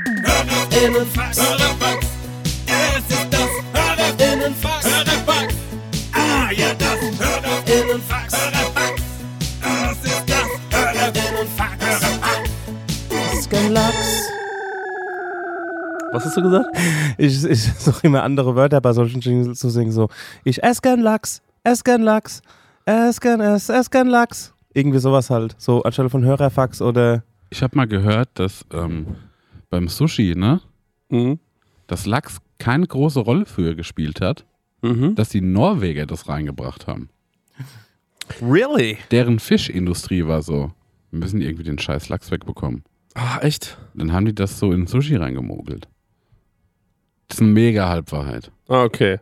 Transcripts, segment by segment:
Innenfax. Hörerfax. Es ist das Hörerinnenfax. Hörerfax. Ah, ja, das Hörerinnenfax. Hörerfax. Das ist das Hörerinnenfax. Hörerfax. Scanlux. Was hast du gesagt? Ich, ich suche immer andere Wörter bei solchen Jingles zu singen. So, ich esse gern Lachs, esse gern Lachs, esse gern, esse, ess gern Lachs. Irgendwie sowas halt. So anstelle von Hörerfax oder. Ich habe mal gehört, dass ähm, beim Sushi, ne, Mhm. dass Lachs keine große Rolle früher gespielt hat, Mhm. dass die Norweger das reingebracht haben. Really? Deren Fischindustrie war so, wir müssen irgendwie den scheiß Lachs wegbekommen. Ah, echt? Dann haben die das so in Sushi reingemogelt. Das ist eine mega Halbwahrheit. Ah, okay.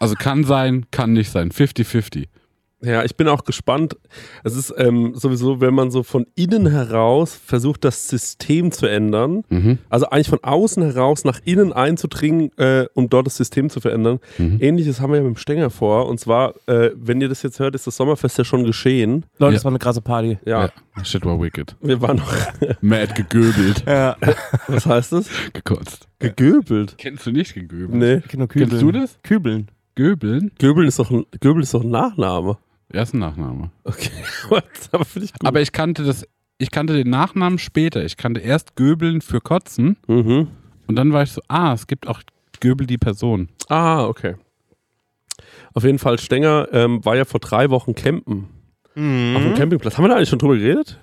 Also kann sein, kann nicht sein. 50-50. Ja, ich bin auch gespannt. Es ist ähm, sowieso, wenn man so von innen heraus versucht, das System zu ändern, Mhm. also eigentlich von außen heraus nach innen einzudringen, äh, um dort das System zu verändern. Mhm. Ähnliches haben wir ja mit dem Stenger vor. Und zwar, äh, wenn ihr das jetzt hört, ist das Sommerfest ja schon geschehen. Leute, Ja. das war eine krasse Party. Ja, Ja, Äh, shit war wicked. wir waren noch, Mad gegöbelt. Ja. was heißt das? Gekotzt. Gegöbelt. Kennst du nicht gegöbelt? Nee, Kennst Kennst du das? Kübeln. Göbeln? Göbel ist doch ein, Göbel ist doch ein Nachname. Ja, ist ein Nachname. Okay, What? aber finde ich gut. Aber ich kannte das, ich kannte den Nachnamen später. Ich kannte erst Göbeln für Kotzen mhm. und dann war ich so, ah, es gibt auch Göbel die Person. Ah, okay. Auf jeden Fall, Stenger ähm, war ja vor drei Wochen campen. Mhm. Auf Mhm. dem Campingplatz. Haben wir da eigentlich schon drüber geredet?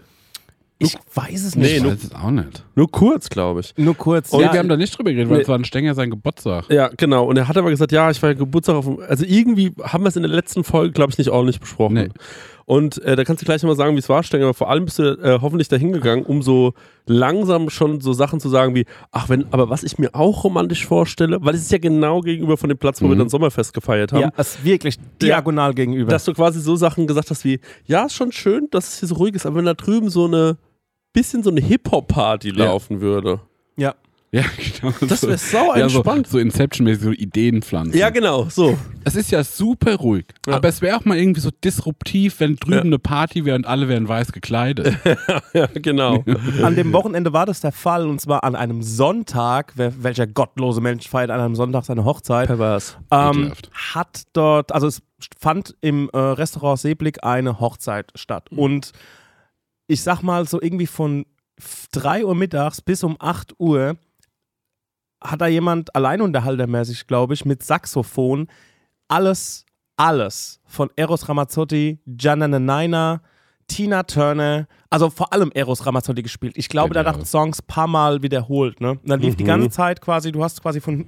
Ich weiß es Nee, nicht. ich nur- weiß es auch nicht. Nur kurz, glaube ich. Nur kurz. Nee, Ja. wir haben da nicht drüber geredet, weil Nee. es war ein Stenger sein Geburtstag. Ja, genau. Und er hat aber gesagt, ja, ich war ja Geburtstag auf dem. Also irgendwie haben wir es in der letzten Folge, glaube ich, nicht ordentlich besprochen. Nee. Und äh, da kannst du gleich nochmal sagen, wie es war, Stenger. Aber vor allem bist du äh, hoffentlich dahin gegangen, um so langsam schon so Sachen zu sagen wie, ach wenn, aber was ich mir auch romantisch vorstelle, weil es ist ja genau gegenüber von dem Platz, wo wir Mhm. dann Sommerfest gefeiert haben. Ja, ist wirklich diagonal gegenüber. dass du quasi so Sachen gesagt hast wie, ja, ist schon schön, dass es hier so ruhig ist, aber wenn da drüben so eine bisschen so eine Hip-Hop-Party Ja. laufen würde. ja. Ja, genau. Das so. wäre sau ja, so, entspannt. so Inception-mäßig, so Ideen pflanzen. Ja, genau, so. Es ist ja super ruhig. Ja. Aber es wäre auch mal irgendwie so disruptiv, wenn drüben Ja. eine Party wäre und alle wären weiß gekleidet. Ja, genau. An dem Wochenende war das der Fall und zwar an einem Sonntag. Wer, welcher gottlose Mensch feiert an einem Sonntag seine Hochzeit? Pervers. Ähm, Ekelhaft. hat dort, also es fand im äh, Restaurant Seeblick eine Hochzeit statt. Mhm. Und ich sag mal, so irgendwie von f- 3 Uhr mittags bis um 8 Uhr hat da jemand alleinunterhaltermäßig, glaube ich, mit Saxophon alles, alles von Eros Ramazzotti, Gianna Nina, Tina Turner, also vor allem Eros Ramazzotti gespielt. Ich glaube, da Genial. Mhm. dachten Songs paar Mal wiederholt. Ne? Und dann lief die ganze Zeit quasi, du hast quasi von,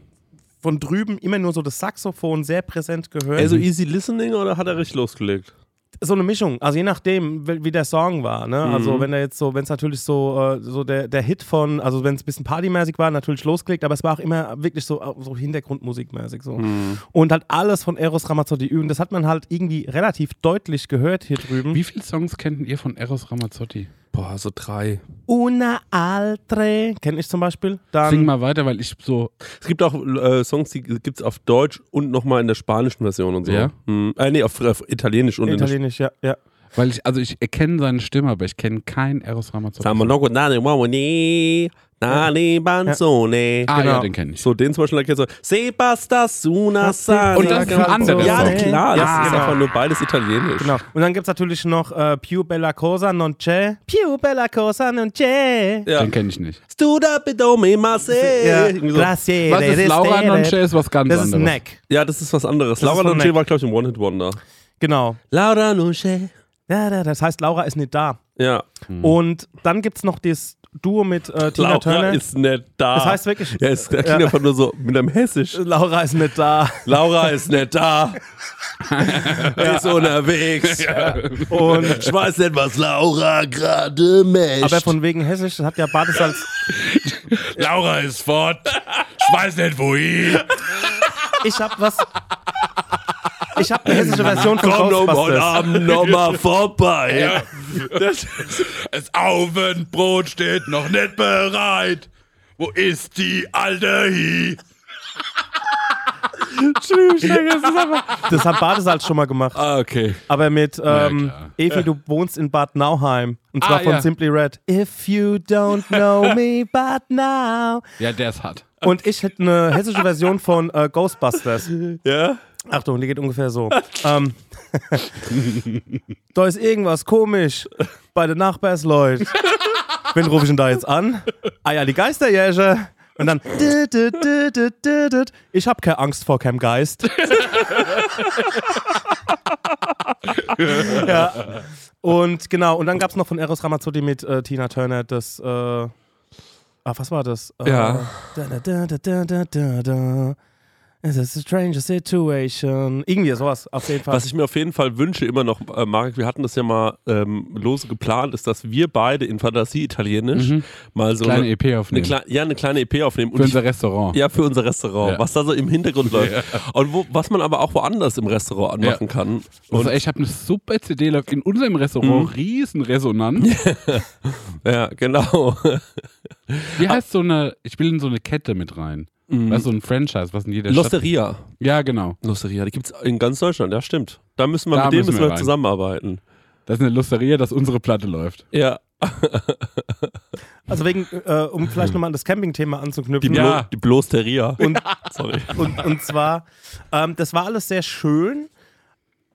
von drüben immer nur so das Saxophon sehr präsent gehört. Also easy listening oder hat er richtig losgelegt? so eine Mischung, also je nachdem, wie wie der Song war. Ne? Mhm. Also wenn er jetzt so, wenn es natürlich so, äh, so der, der Hit von, also wenn es ein bisschen partymäßig war, natürlich losgelegt, aber es war auch immer wirklich so, äh, so Hintergrundmusikmäßig so. Mhm. Und halt alles von Eros Ramazzotti üben, das hat man halt irgendwie relativ deutlich gehört hier drüben. Wie viele Songs kennt ihr von Eros Ramazzotti? Boah, so drei. Una altre, kenne ich zum Beispiel. Ähm, Dann, Sing mal weiter, weil ich so. Es gibt auch äh, Songs, die gibt es auf Deutsch und nochmal in der spanischen Version und so. Ja? Hm. Äh, nee, auf, auf Italienisch und in der Italienisch, ja, ja. Weil ich, also ich erkenne seine Stimme, aber ich kenne keinen Eros Ramazzotti. Spanischen. Sag Nani, Wawani, Nani, Banzone. ah, genau. ja, den kenne ich. So, den zum Beispiel, like, so, Sebastasuna Sani. Und das ist ein anderer Ja, Song. klar, das Ja, ist genau. einfach nur beides italienisch. Genau. Und dann gibt es natürlich noch äh, Più bella cosa non c'è. Più bella cosa non c'è. Ja. Den kenne ich nicht. Studa bedome masse. Ja. Irgendwie so. Grazie. Was ist Laura Nonche ist was ganz Äh, Das ist anderes. Neck. ja, das ist was anderes. Das ist Laura von Nonche Mac. war, glaube ich, im One-Hit-Wonder. Genau. Laura Nonche. Ja, da- das heißt, Laura ist nicht da. Ja. Hm. Und dann gibt es noch das Duo mit äh, Tina Laura Turner. ist nicht da. das heißt wirklich, Ja, es klingt einfach nur so mit einem Hessisch. Laura ist nicht da. Laura ist nicht da. ist unterwegs. Und, Ich weiß nicht, was Laura gerade macht. aber von wegen Hessisch, das hat ja Bartels Laura ist fort. Ich weiß nicht, wohin. Ich hab was. Ich hab eine hessische Version von Komm doch heute Ghostbusters. Abend nochmal vorbei. Das, Das Aufenbrot steht noch Äh, nicht bereit. Wo ist die alte Hi? Tschüss, Digga, das ist einfach. Das hat Badesalz schon mal gemacht. Ah, okay. Aber mit Ja, ähm, klar. Evi, du wohnst in Bad Nauheim. Und zwar Ah, von ja. Simply Red. If you don't know me, but now. Ja, der ist hart. Und ich hätte eine hessische Version von äh, Ghostbusters. Ja? Achtung, die geht ungefähr so. ähm, da ist irgendwas komisch bei den Nachbarsleuten. Wen rufe ich denn da jetzt an? Ah ja, die Geisterjäger. Und dann. dü, dü, dü, dü, dü, dü. Ich hab keine Angst vor keinem Geist. ja. Und genau, und dann gab's noch von Eros Ramazzotti mit äh, Tina Turner das. Äh, ah, was war das? Äh, Ja. Da, da, da, da, da, da, da, da. It's a strange situation. Irgendwie sowas, auf jeden Fall. Was ich mir auf jeden Fall wünsche, immer noch, äh, Marek, wir hatten das ja mal ähm, lose geplant, ist, dass wir beide in Fantasie Italienisch mal so Mhm. Kleine eine, EP eine, aufnehmen. klei- ja, eine kleine EP aufnehmen. Für Und ich, unser Restaurant. ja, für unser Restaurant, Ja. was da so im Hintergrund läuft. Und wo, was man aber auch woanders im Restaurant Ja. anmachen kann. Also, Und, Mhm. ey, ich habe eine super CD läuft in unserem Restaurant. Riesenresonanz. ja, genau. Wie heißt so eine, ich will in so eine Kette mit rein. Mhm. Weißt du, so ein Franchise, was in jeder Stadt. Losteria. Ja, genau. Losteria, die gibt es in ganz Deutschland, ja, stimmt. Da müssen wir Da mit denen müssen müssen wir wir rein. zusammenarbeiten. Das ist eine Lusteria, dass unsere Platte läuft. Ja, Also wegen, äh, um vielleicht nochmal an das Camping-Thema anzuknüpfen. die, Blo Ja. die Blosteria. Und, Sorry. und, und zwar, ähm, das war alles sehr schön.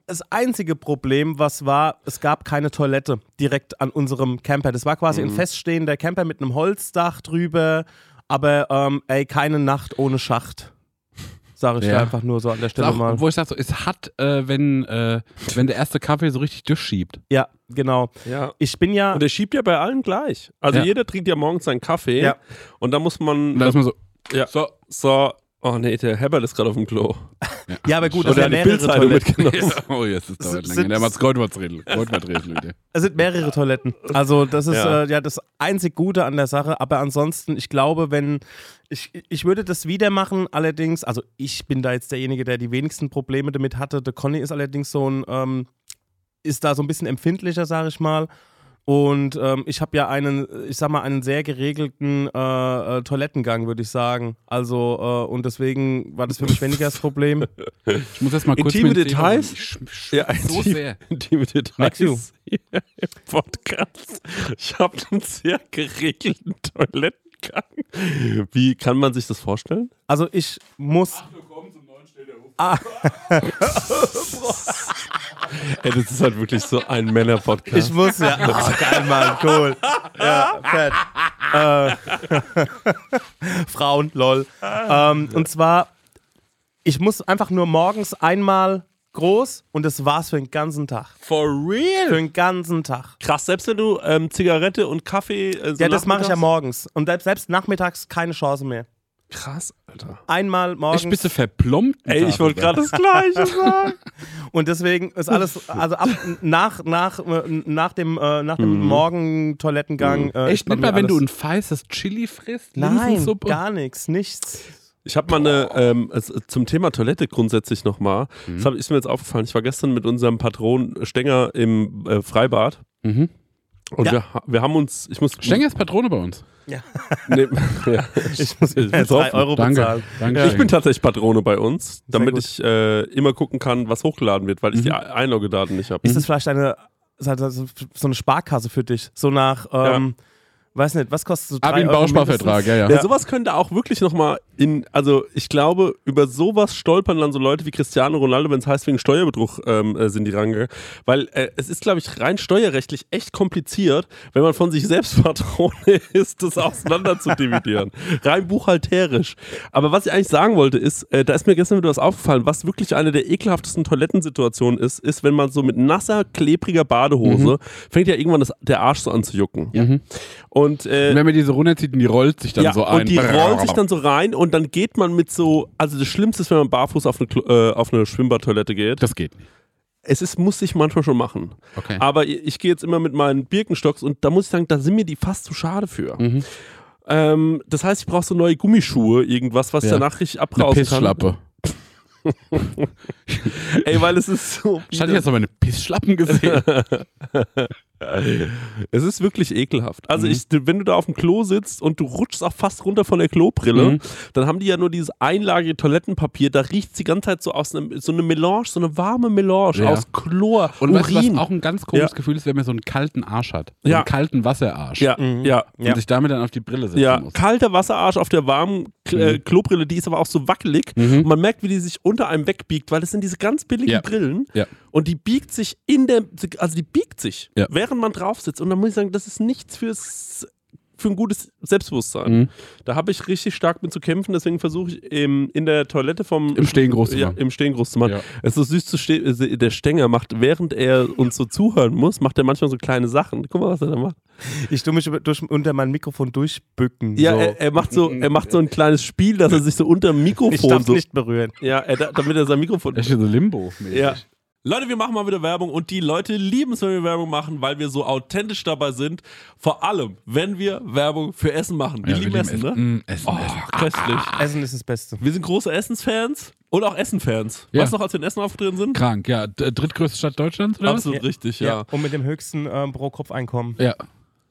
Das einzige Problem, was war, es gab keine Toilette direkt an unserem Camper. Das war quasi ein feststehender Camper mit einem Holzdach drüber, aber ähm, ey, keine Nacht ohne Schacht. Sage ich Ja. da einfach nur so an der Stelle Auch, mal. Wo ich sage, so, es hat, äh, wenn, äh, wenn der erste Kaffee so richtig durchschiebt. Ja, genau. Ja. Ich bin ja. Und der schiebt ja bei allen gleich. Also Ja. jeder trinkt ja morgens seinen Kaffee Ja. und da muss Und da man. ist man so, Ja. so, So, oh nee, der Hebbert ist gerade auf dem Klo. Ja, aber gut, Oder das sind ja eine mehrere Bildzeitung Toiletten. mitgenommen. oh, jetzt ist dauert S- länger. sind- Der macht's Goldmatzredel. Goldmatzredel, Leute. Es sind mehrere Toiletten. Also das ist Ja. ja. Äh, ja das einzig Gute an der Sache. Aber ansonsten, ich glaube, wenn ich, ich würde das wieder machen, allerdings, also ich bin da jetzt derjenige, der die wenigsten Probleme damit hatte. Der Conny ist allerdings so ein, ähm, ist da so ein bisschen empfindlicher, sage ich mal. Und ähm, ich habe ja einen, ich sag mal, einen sehr geregelten äh, äh, Toilettengang, würde ich sagen. Also, äh, und deswegen war das für mich weniger das Problem. Ich muss erst mal kurz Intime mir einen Tee holen. Details? Ich sch- sch- Ja, so die, sehr. die mit den Max, you. 30 hier im Podcast. Ich habe einen sehr geregelten Toilettengang. Wie kann man sich das vorstellen? Also ich muss. Ey, das ist halt wirklich so ein Männer-Podcast. Ich muss ja. Oh, geil, Mann, cool. Ja, fett. Äh, Frauen, lol. Ähm, und zwar, ich muss einfach nur morgens einmal groß und das war's für den ganzen Tag. For Hm. Für real? den ganzen Tag. Krass, selbst wenn du ähm, Zigarette und Kaffee. Äh, so Ja, das mache ich ja nachmittags- morgens. Und selbst, selbst nachmittags keine Chance mehr. Krass, Alter. Einmal morgens. Ich bist du verplombt. Ey, ich ne? wollte gerade das Gleiche sagen. Und deswegen ist alles, also ab nach, nach, äh, nach dem, äh, nach dem Morgen-Toilettengang. Äh, ist Mhm. Echt bei nicht mal, mir wenn du ein alles- feistes Chili frisst? Nein, Linsensuppe? gar nichts, nichts. Ich habe mal eine, ähm, es- zum Thema Toilette grundsätzlich nochmal, Mhm. das hab, ist mir jetzt aufgefallen, ich war gestern mit unserem Patron Stenger im äh, Freibad Mhm. und Ja. wir, ha- wir haben uns, ich muss... Stenger ist Patrone bei uns. Nee, ja. Ich Ich muss jetzt bin 3 betroffen. Euro Danke. bezahlen. Danke. Ich bin tatsächlich Patrone bei uns, damit gut. ich äh, immer gucken kann, was hochgeladen wird, Mhm. weil ich die Ei- Einloggedaten nicht habe. Ist das vielleicht eine, so- so- so eine Sparkasse für dich? So nach, ähm, weiß nicht, was kostet Ah, so drei Hab ich einen Euro Bausparvertrag, mindestens? ja, ja. Ja, Also sowas könnte auch wirklich nochmal in, also ich glaube, über sowas stolpern dann so Leute wie Cristiano Ronaldo, wenn es heißt, wegen Steuerbetrug ähm, äh, sind die rangegangen. Weil äh, es ist, glaube ich, rein steuerrechtlich echt kompliziert, wenn man von sich selbst Patrone ist, das auseinander zu dividieren. Rein buchhalterisch. Aber was ich eigentlich sagen wollte, ist, äh, da ist mir gestern wieder was aufgefallen, was wirklich eine der ekelhaftesten Toilettensituationen ist, ist, wenn man so mit nasser, klebriger Badehose fängt ja irgendwann das, der Arsch so an zu jucken. Und äh, Und wenn man diese runterzieht und die rollt sich dann so ein. und die rollen sich dann so rein und dann geht man mit so, also das Schlimmste ist, wenn man barfuß auf eine, Klo- äh, auf eine Schwimmbadtoilette geht. Das geht nicht. es ist, muss ich manchmal schon machen. Okay. Aber ich, ich gehe jetzt immer mit meinen Birkenstocks und da muss ich sagen, da sind mir die fast zu schade für. Mhm. Ähm, das heißt, ich brauche so neue Gummischuhe, irgendwas, was Ja. ich danach richtig Eine abrausen kann. Pissschlappe. Ey, weil es ist so. Statt jetzt noch meine Pissschlappen gesehen. Es ist wirklich ekelhaft. Also, Mhm. ich, wenn du da auf dem Klo sitzt und du rutschst auch fast runter von der Klobrille, Mhm. dann haben die ja nur dieses einlagige Toilettenpapier. Da riecht es die ganze Zeit so aus einem, so eine Melange, so eine warme Melange Ja. aus Chlor, Und weißt du, was Urin. auch ein ganz komisches Ja. Gefühl ist, wenn man so einen kalten Arsch hat. So Ja. Einen kalten Wasserarsch. ja, ja, Und Ja. sich damit dann auf die Brille setzen ja. Mhm. muss. Kalter Wasserarsch auf der warmen Kl äh, Mhm. Klobrille, die ist aber auch so wackelig. Und man merkt, wie die sich unter einem wegbiegt, weil das sind diese ganz billigen Ja. Brillen. Ja. Und die biegt sich in der, also die biegt sich, Ja. während man drauf sitzt. Und dann muss ich sagen, das ist nichts fürs, für ein gutes Selbstbewusstsein. Mhm. Da habe ich richtig stark mit zu kämpfen, deswegen versuche ich im, in der Toilette vom. Im Stehen groß zu ja, machen. im Stehen groß zu machen. Ja. Es ist so süß zu stehen. Der Stenger macht, während er uns so zuhören muss, macht er manchmal so kleine Sachen. Guck mal, was er da macht. Ich tue mich über- durch, unter mein Mikrofon durchbücken. Ja, äh, so. er, er macht so, er macht so ein kleines Spiel, dass er sich so unter dem ich Mikrofon darf so. nicht berühren. Ja, er, da- damit er sein Mikrofon. Das ist so Limbo. -mäßig. Ja. Leute, wir machen mal wieder Werbung und die Leute lieben es, wenn wir Werbung machen, weil wir so authentisch dabei sind. Vor allem, wenn wir Werbung für Essen machen. Wir Ja, lieben wir Essen, ne? Mm, Essen, Essen. Köstlich. Essen ist das Beste. Wir sind große Essensfans und auch Essenfans. Ja. Weißt du noch, als wir in Essen aufgetreten sind? Krank, ja. D- Drittgrößte Stadt Deutschlands, oder was? Absolut richtig, ja. Und mit dem höchsten ähm, Pro-Kopf-Einkommen. Ja.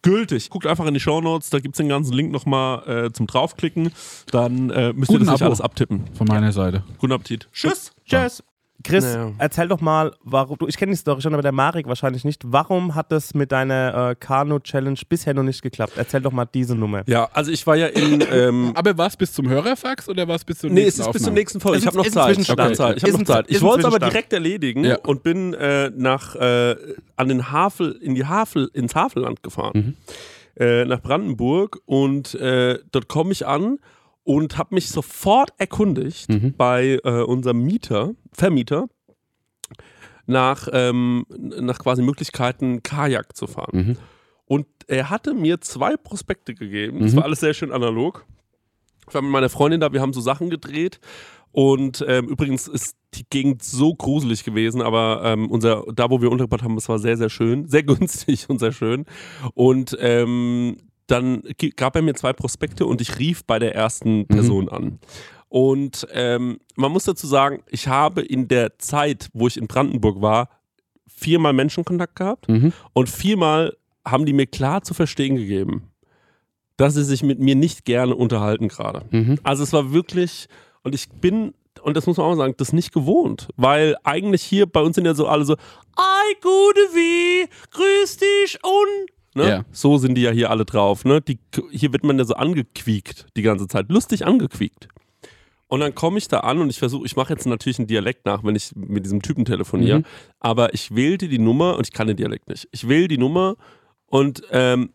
gültig. Guckt einfach in die Shownotes, da gibt's den ganzen Link nochmal äh, zum draufklicken. Dann äh, müsst ihr Guten das nicht Abo. alles abtippen. Von meiner Seite. Guten Appetit. Tschüss. Tschüss. Chris, Naja. erzähl doch mal, warum du, ich kenne die Story schon, aber der Marek wahrscheinlich nicht. Warum hat das mit deiner äh, Kanu-Challenge bisher noch nicht geklappt? Erzähl doch mal diese Nummer. Ja, also ich war ja in. Ähm, Aber war es bis zum Hörerfax oder war es bis zum Nee, es ist bis zur nächsten Folge. Ist Ich habe ein- noch ist ein Zeit. Ich habe Zwischenstand. noch Zeit. Ich, hab Ist noch ein- Zeit. ist ich ein wollte es aber Zwischenstand. direkt erledigen Ja. und bin äh, nach äh, an den Havel in die Havel ins Mhm. Havelland gefahren, äh, nach Brandenburg und äh, dort komme ich an und habe mich sofort erkundigt Mhm. bei äh, unserem Mieter, Vermieter, nach, ähm, nach quasi Möglichkeiten, Kajak zu fahren. Mhm. Und er hatte mir zwei Prospekte gegeben. Mhm. Das war alles sehr schön analog. Ich war mit meiner Freundin da, wir haben so Sachen gedreht. Und ähm, übrigens ist die Gegend so gruselig gewesen, aber ähm, unser, da, wo wir untergebracht haben, es war sehr, sehr schön, sehr günstig und sehr schön. Und ähm, dann g- gab er mir zwei Prospekte und ich rief bei der ersten Person an. Und ähm, man muss dazu sagen, ich habe in der Zeit, wo ich in Brandenburg war, viermal Menschenkontakt gehabt. Mhm. Und viermal haben die mir klar zu verstehen gegeben, dass sie sich mit mir nicht gerne unterhalten gerade. Mhm. Also es war wirklich, und ich bin, und das muss man auch mal sagen, das nicht gewohnt, weil eigentlich hier bei uns sind ja so alle so, ei, gute wie, grüß dich und... Ne? Ja. So sind die ja hier alle drauf. Ne? Die, hier wird man ja so angequiekt die ganze Zeit, lustig angequiekt. Und dann komme ich da an und ich versuche, ich mache jetzt natürlich einen Dialekt nach, wenn ich mit diesem Typen telefoniere, Mhm. aber ich wählte die Nummer und ich kann den Dialekt nicht. Ich wähle die Nummer und ähm,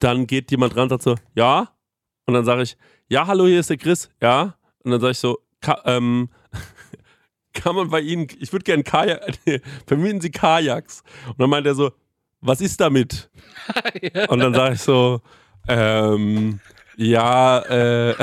dann geht jemand ran und sagt so, ja. Und dann sage ich, ja, hallo, hier ist der Chris, ja. Und dann sage ich so, ka ähm, kann man bei Ihnen, ich würde gerne Kajak, vermieten Sie Kajaks. Und dann meint er so, was ist damit? Und dann sage ich so, ähm, ja, äh,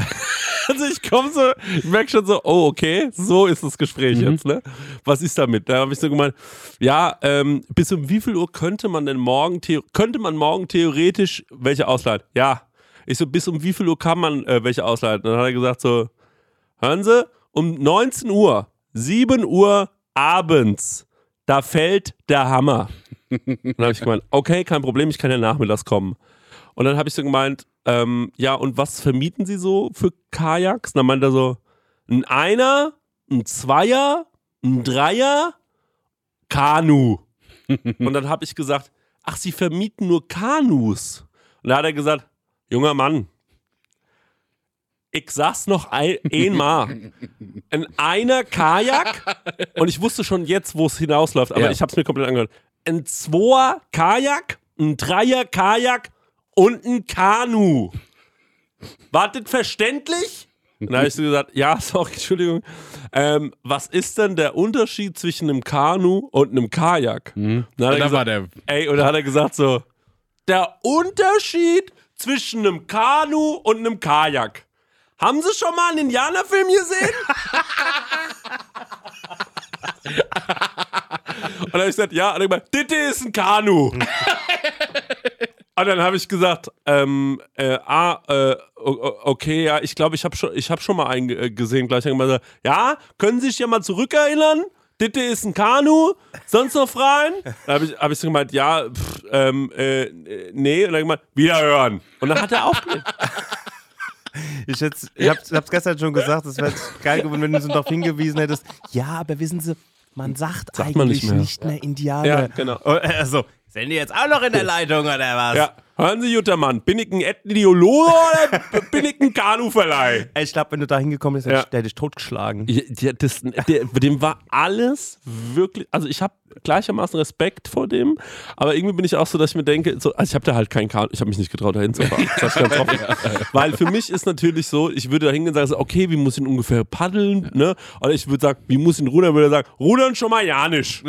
also ich komme so, ich merke schon so, oh, okay, so ist das Gespräch jetzt, ne? Was ist damit? Da habe ich so gemeint, ja, ähm, bis um wie viel Uhr könnte man denn morgen, theo- könnte man morgen theoretisch welche ausleihen? Ja. Ich so, bis um wie viel Uhr kann man äh, welche ausleihen? Dann hat er gesagt so, hören Sie, um 19 Uhr, 7 Uhr abends, da fällt der Hammer. Und dann habe ich gemeint, okay, kein Problem, ich kann ja nachmittags kommen. Und dann habe ich so gemeint, ähm, ja, und was vermieten Sie so für Kajaks? Und dann meint er so, ein Einer, ein Zweier, ein Dreier, Kanu. und dann habe ich gesagt, ach, Sie vermieten nur Kanus. Und da hat er gesagt, junger Mann, ich saß noch ein, einmal in einer Kajak und ich wusste schon jetzt, wo es hinausläuft, aber Ja. ich habe es mir komplett angehört. Ein Zweier Kajak, ein Dreier Kajak und ein Kanu. Wartet verständlich? Und da habe ich so gesagt, ja, sorry, Entschuldigung. Ähm, was ist denn der Unterschied zwischen einem Kanu und einem Kajak? Mhm. Dann hat er Da gesagt, war der. Ey, und dann hat er gesagt so, der Unterschied zwischen einem Kanu und einem Kajak. Haben Sie schon mal einen Indianerfilm gesehen? und dann habe ich gesagt, ja. Und dann hat er gemeint, Ditte ist ein Kanu. und Ah, dann habe ich gesagt, ähm, äh, ah, äh, o- o- okay, ja, ich glaube, ich habe schon, ich hab schon mal einen äh, gesehen. Gleich hat er gemeint, ja, können Sie sich ja mal zurückerinnern? Ditte ist ein Kanu, sonst noch Fragen? Da habe ich, hab ich so gemeint, ja, pff, ähm, äh, äh, nee. Und dann hat er gemeint, wiederhören. Und dann hat er aufgelegt. Ich, jetzt, ich, hab's, ich hab's gestern schon gesagt, es wäre geil gewesen, wenn du uns darauf hingewiesen hättest. Ja, aber wissen Sie, man sagt, Sagt eigentlich man nicht nicht mehr, mehr. Indianer. Ja, genau. Oh, Also, sind die jetzt auch noch in der Leitung oder was? Ja, hören Sie, guter Mann, bin ich ein Ethnologe oder bin ich ein Kanuverleih? Ey, Ich glaube, wenn du da hingekommen bist, hätte Ja. ich- der hätte dich totgeschlagen. Ja, der, das, der, dem war alles wirklich. Also ich habe gleichermaßen Respekt vor dem, aber irgendwie bin ich auch so, dass ich mir denke, so, also ich habe da halt keinen Kahn, ich habe mich nicht getraut, da hinzufahren. Das sag ich ganz offen. Weil für mich ist natürlich so, ich würde da hingehen und sagen, so, okay, wie muss ich ihn ungefähr paddeln? Ne? Oder ich würde sagen, wie muss ich ihn rudern? Würde er sagen, rudern schon mal ja nicht.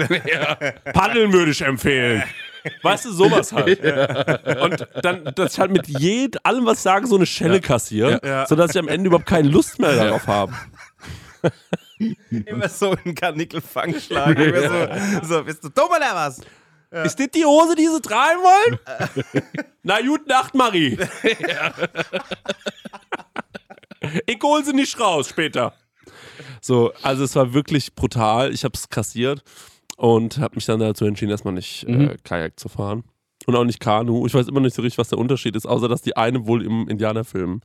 Paddeln würde ich empfehlen. Weißt du, sowas halt. Und dann, dass ich halt mit jedem, allem, was ich sage, so eine Schelle kassiere, sodass ich am Ende überhaupt keine Lust mehr darauf habe. Immer so einen Karnickelfang schlagen. Immer so, so, bist du dumm oder was? Ist das die Hose, die sie tragen wollen? Na gut, Nacht, Marie. ich hol sie nicht raus später. So, also es war wirklich brutal. Ich habe es kassiert und habe mich dann dazu entschieden, erstmal nicht äh, Kajak zu fahren. Und auch nicht Kanu. Ich weiß immer nicht so richtig, was der Unterschied ist, außer dass die eine wohl im Indianerfilm.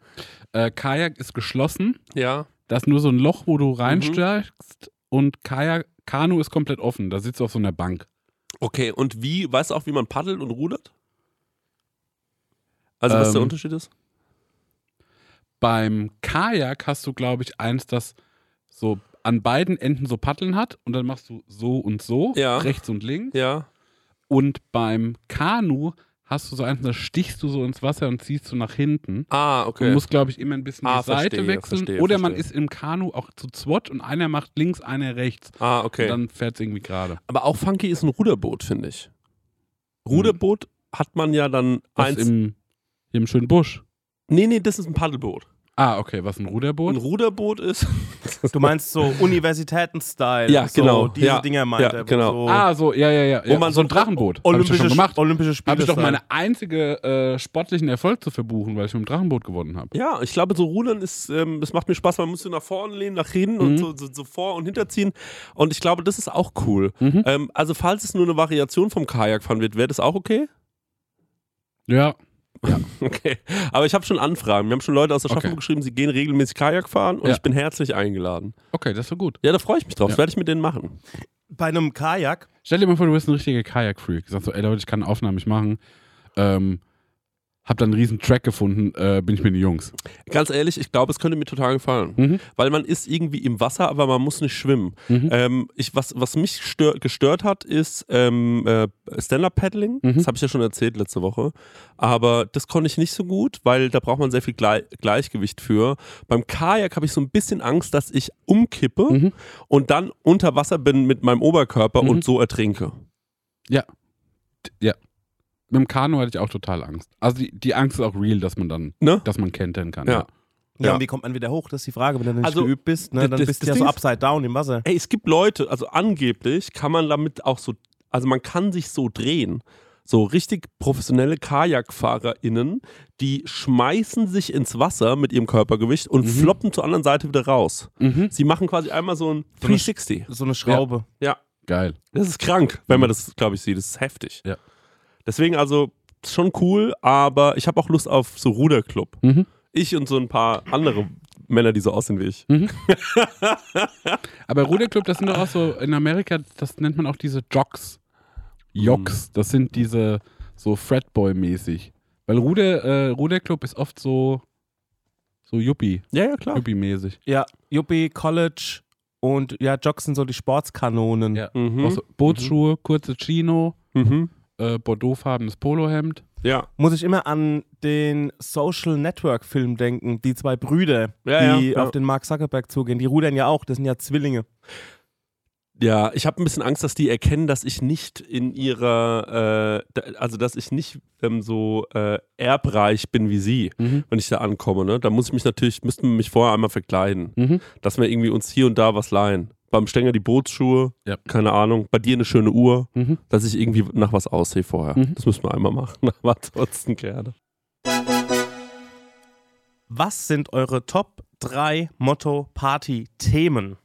Äh, Kajak ist geschlossen. Ja. Da ist nur so ein Loch, wo du reinsteigst. Und Kajak, Kanu ist komplett offen. Da sitzt du auf so einer Bank. Okay, und wie, weißt du auch, wie man paddelt und rudert? Also, was Ähm, der Unterschied ist? Beim Kajak hast du, glaube ich, eins, das so an beiden Enden so Paddeln hat. Und dann machst du so und so, Ja. rechts und links. Ja. Und beim Kanu hast du so eins, da stichst du so ins Wasser und ziehst so nach hinten. Ah, Man okay. muss, glaube ich, immer ein bisschen Ah, die Seite verstehe, wechseln. verstehe, Oder man verstehe. ist im Kanu auch zu zwott und einer macht links, einer rechts. ah, okay. Und dann fährt es irgendwie gerade. Aber auch funky ist ein Ruderboot, finde ich. Ruderboot hat man ja dann Was eins. im, hier im schönen Busch. Nee, nee, das ist ein Paddelboot. Ah, okay, was ein Ein Ruderboot? Ruderboot ist. Du meinst so Universitäten-Style. Ja, so genau, Diese ja, Dinger meint ja, er. genau. So ah, so, ja, ja, ja. Wo ja. man so ein so- Drachenboot. Hab ich Olympische, schon gemacht. Olympische Spiele. Habe ich doch Style. meine einzige äh, sportlichen Erfolg zu verbuchen, weil ich mit dem Drachenboot gewonnen habe. Ja, ich glaube, so Rudern ist, ähm, das macht mir Spaß. Man muss so nach vorne lehnen, nach hinten Mhm. und so, so, so vor und hinterziehen. Und ich glaube, das ist auch cool. Mhm. Ähm, also, falls es nur eine Variation vom Kajakfahren wird, wäre das auch okay? Ja. Okay. Aber ich habe schon Anfragen. Wir haben schon Leute aus der Schaffung Okay. geschrieben, sie gehen regelmäßig Kajak fahren und Ja. ich bin herzlich eingeladen. Okay, das ist so gut. Ja, da freue ich mich drauf. Ja. Das werde ich mit denen machen. Bei einem Kajak. Stell dir mal vor, du bist ein richtiger Kajak-Freak. Sagst so, ey Leute, ich kann Aufnahmen nicht machen. Ähm, hab dann einen riesen Track gefunden, äh, bin ich mit den Jungs. Ganz ehrlich, ich glaube, es könnte mir total gefallen. Mhm. Weil man ist irgendwie im Wasser, aber man muss nicht schwimmen. Mhm. Ähm, ich, was, was mich stör, gestört hat, ist ähm, äh, Stand-Up-Paddling. Mhm. Das habe ich ja schon erzählt letzte Woche. Aber das konnte ich nicht so gut, weil da braucht man sehr viel Gle Gleichgewicht für. Beim Kajak habe ich so ein bisschen Angst, dass ich umkippe Mhm. und dann unter Wasser bin mit meinem Oberkörper Mhm. und so ertrinke. Mit dem Kanu hatte ich auch total Angst. Also die, die Angst ist auch real, dass man dann, Ne? dass man kentern kann. Ja. Ja, Ja. und wie kommt man wieder hoch? Das ist die Frage. Wenn du nicht Also, geübt bist, ne, dann das- bist du das ja so Ding ist- upside down im Wasser. Ey, es gibt Leute, also angeblich kann man damit auch so, also man kann sich so drehen. So richtig professionelle KajakfahrerInnen, die schmeißen sich ins Wasser mit ihrem Körpergewicht und floppen zur anderen Seite wieder raus. Mhm. Sie machen quasi einmal so ein So eine 360. So eine Schraube. Ja, Geil. das ist krank, wenn man das, glaube ich, sieht. Das ist heftig. Ja. Deswegen also ist schon cool, aber ich habe auch Lust auf so Ruderclub. Mhm. Ich und so ein paar andere Männer, die so aussehen wie ich. Aber Ruderclub, das sind doch auch so in Amerika, das nennt man auch diese Jocks. Mhm. Jocks, das sind diese so Fredboy-mäßig. Weil Ruder, äh, Ruderclub ist oft so, so Yuppie, Ja, ja, klar. Yuppie-mäßig. Ja, Juppie, College und ja, Jocks sind so die Sportskanonen. Ja. Mhm. Auch so Bootsschuhe, kurze Chino, Mhm. äh, bordeauxfarbenes Polohemd. Ja. Muss ich immer an den Social Network Film denken, die zwei Brüder, Ja, die ja, ja. auf den Mark Zuckerberg zugehen. Die rudern ja auch, das sind ja Zwillinge. Ja, ich habe ein bisschen Angst, dass die erkennen, dass ich nicht in ihrer, äh, da, also dass ich nicht ähm, so äh, erbreich bin wie sie, Mhm. wenn ich da ankomme. Ne? Da muss ich mich natürlich, müssten wir mich vorher einmal verkleiden, Mhm. dass wir irgendwie uns hier und da was leihen. Beim Stenger die Bootsschuhe, Ja. keine Ahnung, bei dir eine schöne Uhr, Mhm. dass ich irgendwie nach was aussehe vorher. Mhm. Das müssen wir einmal machen, aber ansonsten gerne. Was sind eure Top 3 Motto Party Themen?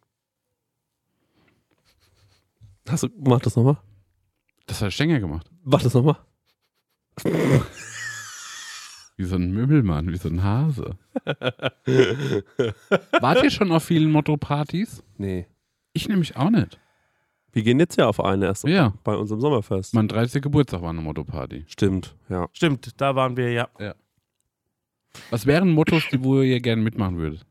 Hast du, mach das nochmal. Das hat Stenger gemacht. Mach das nochmal. Wie so ein Möbelmann, wie so ein Hase. Wart ihr schon auf vielen Motto-Partys? Nee. Ich nämlich auch nicht. Wir gehen jetzt ja auf eine erst Ja. bei unserem Sommerfest. Mein 30. Geburtstag war eine Motto-Party. Stimmt, ja. Stimmt, da waren wir ja. Was wären Mottos, die wo ihr gerne mitmachen würdet?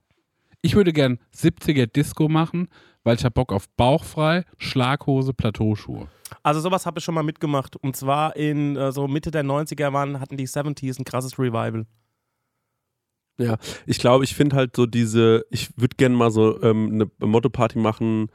Ich würde gern 70er Disco machen, weil ich hab Bock auf Bauchfrei, Schlaghose, Plateauschuhe. Also sowas habe ich schon mal mitgemacht. Und zwar in äh, so Mitte der 90er waren, hatten die 70s ein krasses Revival. Ja, ich glaube, ich finde halt so diese, ich würde gerne mal so ähm, eine Motto-Party machen,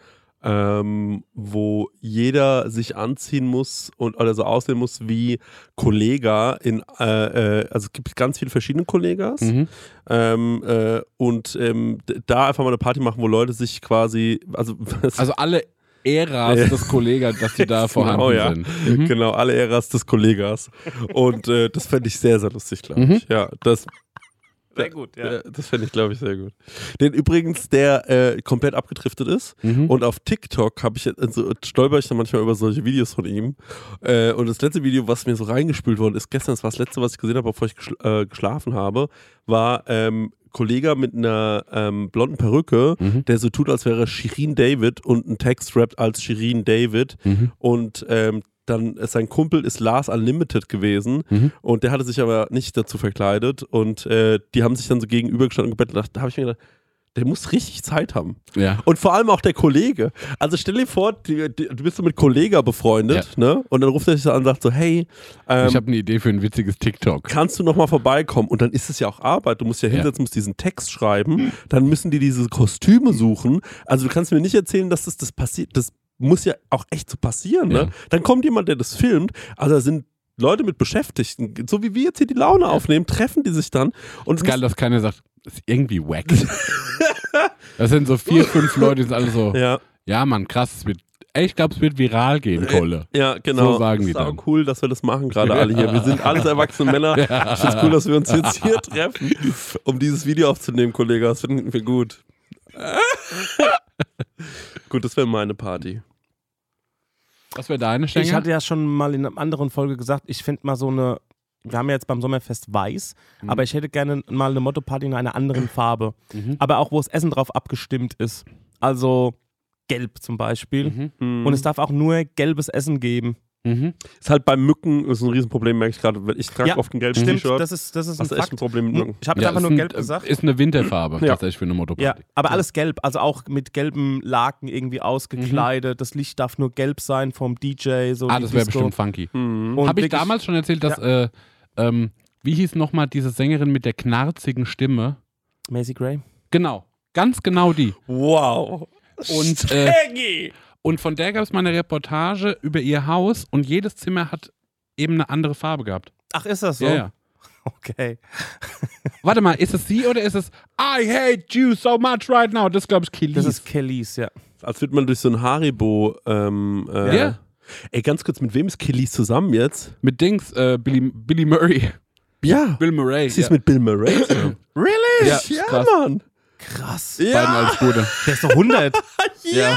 ähm, wo jeder sich anziehen muss und oder so aussehen muss wie Kollega in, äh, äh, also es gibt ganz viele verschiedene Kollegas Mhm. ähm, äh, und ähm, d- da einfach mal eine Party machen, wo Leute sich quasi, also, Also alle Äras Ja. des Kollegen, dass die da vorhanden Genau, ja. sind. Mhm. genau, alle Äras des Kollegas und äh, das fände ich sehr, sehr lustig, glaube Mhm. ich. Ja, das Sehr gut, Ja, das fände ich, glaube ich, sehr gut. Den übrigens, der äh, komplett abgedriftet ist. Mhm. Und auf TikTok habe ich jetzt, also stolper ich da manchmal über solche Videos von ihm. Äh, und das letzte Video, was mir so reingespült worden ist, gestern, das war das letzte, was ich gesehen habe, bevor ich geschl äh, geschlafen habe, war ähm, Kollege mit einer ähm, blonden Perücke, Mhm. der so tut, als wäre er Shirin David und einen Text rappt als Shirin David. Mhm. Und ähm, dann ist sein Kumpel ist Lars Unlimited gewesen Mhm. und der hatte sich aber nicht dazu verkleidet und äh, die haben sich dann so gegenübergestanden und gebettelt. Da habe ich mir gedacht, der muss richtig Zeit haben. Ja. Und vor allem auch der Kollege. Also stell dir vor, die, die, du bist so mit Kollega befreundet, ne? Und dann ruft er dich so an und sagt so, hey, ähm, Ich habe eine Idee für ein witziges TikTok. kannst du nochmal vorbeikommen? Und dann ist es ja auch Arbeit. Du musst ja hinsetzen, musst diesen Text schreiben, dann müssen die diese Kostüme suchen. Also du kannst mir nicht erzählen, dass das, das passiert. Das muss ja auch echt so passieren. Ne? Ja. Dann kommt jemand, der das filmt. Also da sind Leute mit Beschäftigten, so wie wir jetzt hier die Laune aufnehmen, treffen die sich dann. Und Geil, dass keiner sagt, ist irgendwie wack. das sind so vier, fünf Leute, die sind alle so, ja, ja, Mann, krass, es wird, ey, ich glaube, es wird viral gehen, Äh, Kohle. ja, genau. So sagen die ist auch dann. cool, dass wir das machen gerade alle hier. Wir sind alles erwachsene Männer. Ich finde cool, dass wir uns jetzt hier treffen, um dieses Video aufzunehmen, Kollege. Das finden wir gut. gut, das wäre meine Party. Was wäre deine Ich Schenke? hatte ja schon mal in einer anderen Folge gesagt, ich finde mal so eine. Wir haben ja jetzt beim Sommerfest weiß, Mhm. aber ich hätte gerne mal eine Motto-Party in einer anderen Farbe. Mhm. Aber auch, wo das Essen drauf abgestimmt ist. Also gelb zum Beispiel. Und es darf auch nur gelbes Essen geben. mhm. Hm. Ist halt bei Mücken ist ein Riesenproblem, merke ich gerade. weil Ich trage Ja, oft ein gelbes Stimmt, T-Shirt. das ist, das ist ein Hast du echt ein Fakt. Hm, Problem mit Mücken? Ich habe Ja, einfach ist nur ein- gelb gesagt. Ist eine Winterfarbe, Ja. tatsächlich für eine Ja, Motoparty. aber alles gelb, also auch mit gelbem Laken irgendwie ausgekleidet. Das Licht darf nur gelb sein vom DJ. So Mhm. Ah, die das wäre Disco. bestimmt funky. Hm. Und Habe ich wirklich- damals schon erzählt, dass, äh, ähm, wie hieß nochmal diese Sängerin mit der knarzigen Stimme? Macy Gray? Genau, ganz genau die. Wow. Und, äh, und von der gab es mal eine Reportage über ihr Haus und jedes Zimmer hat eben eine andere Farbe gehabt. Ach, ist das so? Ja, ja. Okay. Warte mal, ist es sie oder ist es I hate you so much right now? Das glaube ich Das Kelis. ist Kellys, ja. Als würde man durch so ein Haribo. Ähm, äh, Ja. Ey, ganz kurz, mit wem ist Killis zusammen jetzt? Mit Dings, äh, Billy, Billy Murray. Ja. Bill Murray. Sie ist mit Bill Murray. zusammen. really? Ja, Ja, ist krass. Mann. Krass. beiden Ja. als Bruder. Der ist doch 100. Ja.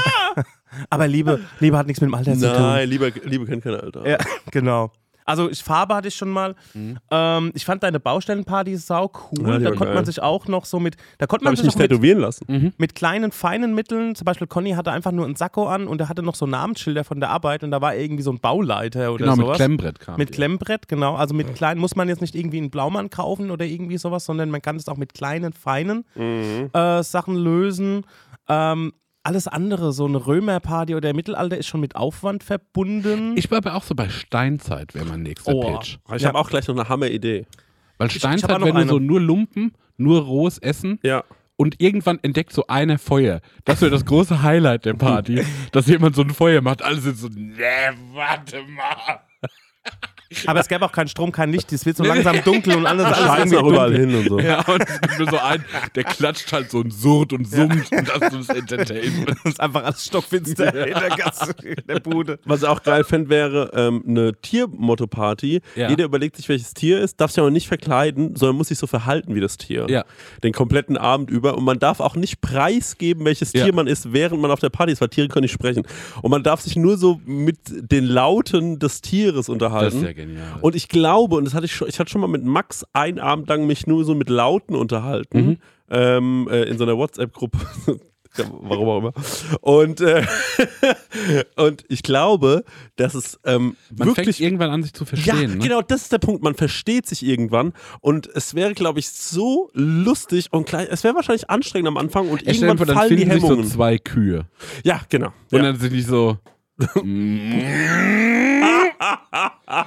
Aber Liebe, Liebe hat nichts mit dem Alter zu tun. Nein, Liebe, Liebe kennt kein Alter. Ja, genau. Also ich, Farbe hatte ich schon mal. Ähm, ich fand deine Baustellenparty sau cool. Mhm. Ja, die da war konnte man geil. sich auch noch so mit, da konnte Habe man ich sich auch nicht mit, tätowieren lassen. Mhm. mit kleinen, feinen Mitteln, zum Beispiel Conny hatte einfach nur einen Sakko an und er hatte noch so Namensschilder von der Arbeit und da war irgendwie so ein Bauleiter oder Genau, mit sowas. Klemmbrett kam. Mit die. Klemmbrett, genau. Also mit kleinen, muss man jetzt nicht irgendwie einen Blaumann kaufen oder irgendwie sowas, sondern man kann es auch mit kleinen, feinen äh, Sachen lösen. Ähm, alles andere, so eine Römerparty oder Mittelalter ist schon mit Aufwand verbunden. Ich war aber auch so bei Steinzeit, wäre mein nächster Oh. Pitch. Ich Ja. habe auch gleich noch eine Hammer-Idee. Weil ich hab auch Steinzeit noch wäre nur eine. so nur Lumpen, nur rohes Essen. Ja. Und irgendwann entdeckt so einer Feuer. Das wäre das große Highlight der Party, dass jemand so ein Feuer macht. Alle sind so, nee, warte mal. Aber es gäbe auch keinen Strom, kein Licht, es wird so langsam dunkel und alles alles Scheiß irgendwie noch überall dunkel. hin und so. Ja, und es gibt mir so einen, der klatscht halt so und surrt und summt und das ist Entertainment. Es ist einfach alles stockfinster in der Gasse, in der Bude. Was ich auch geil fände, wäre ähm, eine Tiermotto-Party. Ja. Jeder überlegt sich, welches Tier ist, darf sich aber nicht verkleiden, sondern muss sich so verhalten wie das Tier. Ja. Den kompletten Abend über. Und man darf auch nicht preisgeben, welches Ja. Tier man ist, während man auf der Party ist, weil Tiere können nicht sprechen. Und man darf sich nur so mit den Lauten des Tieres unterhalten. genial. Und ich glaube, und das hatte ich schon, ich hatte schon mal mit Max einen Abend lang mich nur so mit Lauten unterhalten, Mhm. ähm, äh, in so einer WhatsApp-Gruppe. Ja, Warum auch immer. Und, äh, und ich glaube, dass es ähm, Man fängt wirklich. irgendwann an, sich zu verstehen. ja, ne? genau, das ist der Punkt. Man versteht sich irgendwann und es wäre, glaube ich, so lustig und gleich, es wäre wahrscheinlich anstrengend am Anfang und Ich stell irgendwann mir vor, dann fallen die finden sich so Hemmungen. zwei Kühe. ja, genau. Und Ja. dann sind die so.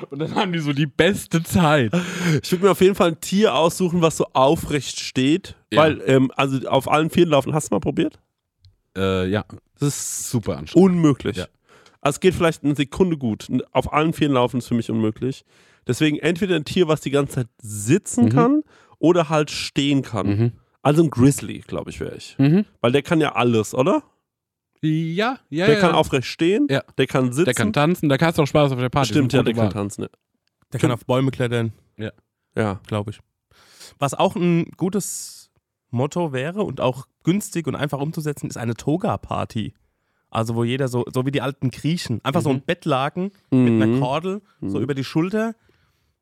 und dann haben die so die beste Zeit. Ich würde mir auf jeden Fall ein Tier aussuchen, was so aufrecht steht, Ja. weil ähm, also auf allen Vieren laufen. Hast du mal probiert? Äh, ja, Das ist super anstrengend. Unmöglich. Ja. Also es geht vielleicht eine Sekunde gut. Auf allen Vieren laufen ist für mich unmöglich. Deswegen entweder ein Tier, was die ganze Zeit sitzen kann oder halt stehen kann. Also ein Grizzly, glaube ich, wäre ich. Mhm. Weil der kann ja alles, oder? Ja, ja, der ja. kann aufrecht stehen, Ja. der kann sitzen. der kann tanzen, da kannst du auch Spaß auf der Party. Stimmt, Das ja, ist eine der kann gute tanzen. Der kann auf Bäume klettern, Ja. ja. glaube ich. Was auch ein gutes Motto wäre und auch günstig und einfach umzusetzen, ist eine Toga-Party. Also wo jeder so, so wie die alten Griechen, einfach so Mhm. ein Bettlaken mit einer Kordel, so über die Schulter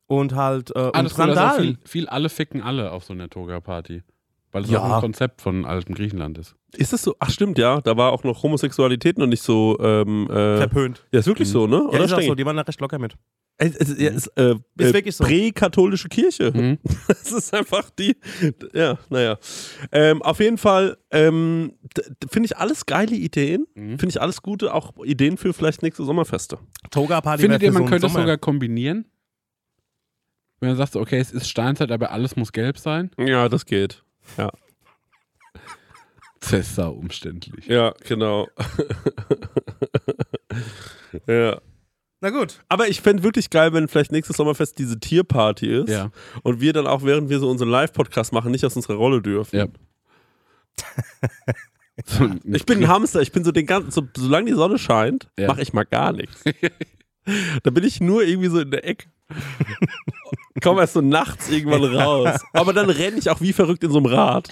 und halt äh, Wahl. Ah, und das ist cool, dass auch Sandalen. viel, viel alle ficken alle auf so einer Toga-Party. Weil es Ja. auch ein Konzept von altem Griechenland ist. Ist das so? Ach stimmt, ja. Da war auch noch Homosexualität noch nicht so. Ähm, äh, Verpönt. ja, ist wirklich so, oh, ne? Ja, ist auch Stengel? so, die waren da recht locker mit. Es, es, ja, es, äh, Ist äh, wirklich so. Prä-katholische Kirche. Mhm. Das ist einfach die. Ja, naja. Ähm, auf jeden Fall ähm, d- d- finde ich alles geile Ideen. Finde ich alles gute, auch Ideen für vielleicht nächste Sommerfeste. Toga-Party Findet wär ihr, für so man einen könnte es Sommer. sogar kombinieren? Wenn man sagt, so, okay, es ist Steinzeit, aber alles muss gelb sein. Ja, das geht. Ja, Das ist sau umständlich. ja genau. ja. Na gut. Aber ich fände wirklich geil, wenn vielleicht nächstes Sommerfest diese Tierparty ist Ja. und wir dann auch, während wir so unseren Live-Podcast machen, nicht aus unserer Rolle dürfen. Ja. So ein- Ich bin ein Hamster, ich bin so den ganzen, so, solange die Sonne scheint, Ja. mache ich mal gar nichts. da bin ich nur irgendwie so in der Ecke. Komm erst so nachts irgendwann raus. Aber dann renne ich auch wie verrückt in so einem Rad.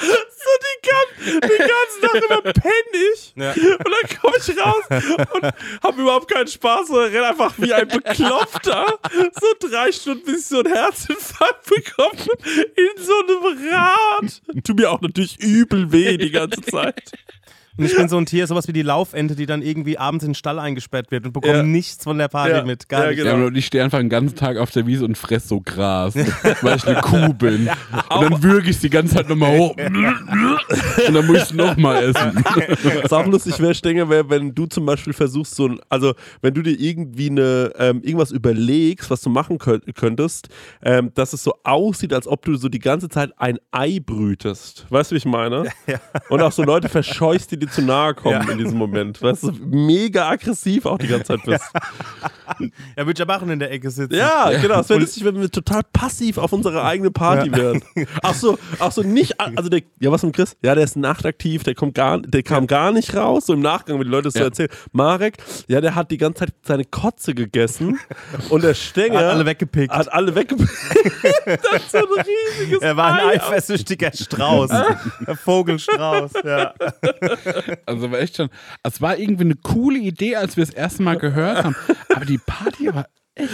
so die, gan den ganzen Tag immer penne ich. Ja. Und dann komme ich raus und habe überhaupt keinen Spaß, sondern renne einfach wie ein Bekloppter so drei Stunden, bis ich so einen Herzinfarkt bekomme, in so einem Rad. Tut mir auch natürlich übel weh die ganze Zeit. Und ich bin so ein Tier, sowas wie die Laufente, die dann irgendwie abends in den Stall eingesperrt wird und bekommt Ja. nichts von der Party Ja. mit. Gar Ja, nichts. genau. Ja, und ich stehe einfach den ganzen Tag auf der Wiese und fress so Gras, weil ich eine Kuh bin. Und dann würge ich die ganze Zeit nochmal hoch. Und dann muss ich es nochmal essen. Was auch lustig wäre, Stenger, wäre, wenn du zum Beispiel versuchst, so ein, also wenn du dir irgendwie eine, ähm, irgendwas überlegst, was du machen könnt, könntest, ähm, dass es so aussieht, als ob du so die ganze Zeit ein Ei brütest. Weißt du, wie ich meine? Und auch so Leute verscheuchst, die dir zu nahe kommen in diesem Moment. Weißt du, mega aggressiv auch die ganze Zeit bist. Ja, wird ja Bachen in der Ecke sitzen. genau. Ja, genau. Es wäre lustig, wenn wir total passiv auf unsere eigene Party wären. Ach so, ach so, nicht, also der, ja, was mit Chris? Ja, der ist nachtaktiv, der kommt gar, der kam gar nicht raus, so im Nachgang, wenn die Leute das so Ja. erzählen. Marek, ja, der hat die ganze Zeit seine Kotze gegessen und der Stenger Hat alle weggepickt. Hat alle weggepickt. das ist so ein riesiges Er war ein Ei. eifersüchtiger Strauß. Ein Vogelstrauß, ja. Also war echt schon. Es war irgendwie eine coole Idee, als wir das erste Mal gehört haben. Aber die Party war echt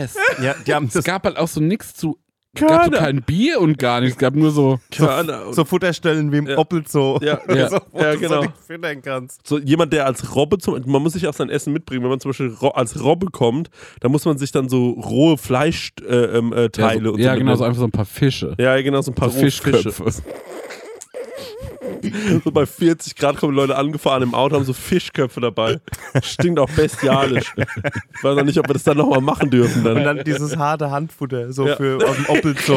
ass. Ja, die haben Es das gab halt auch so nichts zu. Es gab so Körner. kein Bier und gar nichts. Es gab nur so. Körner und- so Futterstellen wie im Oppel Zoo. Ja, ja. so, wo Ja, du genau. so nicht füttern kannst. So jemand, der als Robbe zum man muss sich auch sein Essen mitbringen. Wenn man zum Beispiel ro als Robbe kommt, dann muss man sich dann so rohe Fleischteile äh, ähm, äh, Ja, Teile so, und ja so genau, so mitnehmen. einfach so ein paar Fische. Ja, genau, so ein paar So Fischköpfe. Fische. So bei 40 Grad kommen Leute angefahren im Auto, haben so Fischköpfe dabei. Stinkt auch bestialisch. Ich weiß auch nicht, ob wir das dann nochmal machen dürfen. Dann. Und dann dieses harte Handfutter, so Ja. für aus dem Oppel Zoo.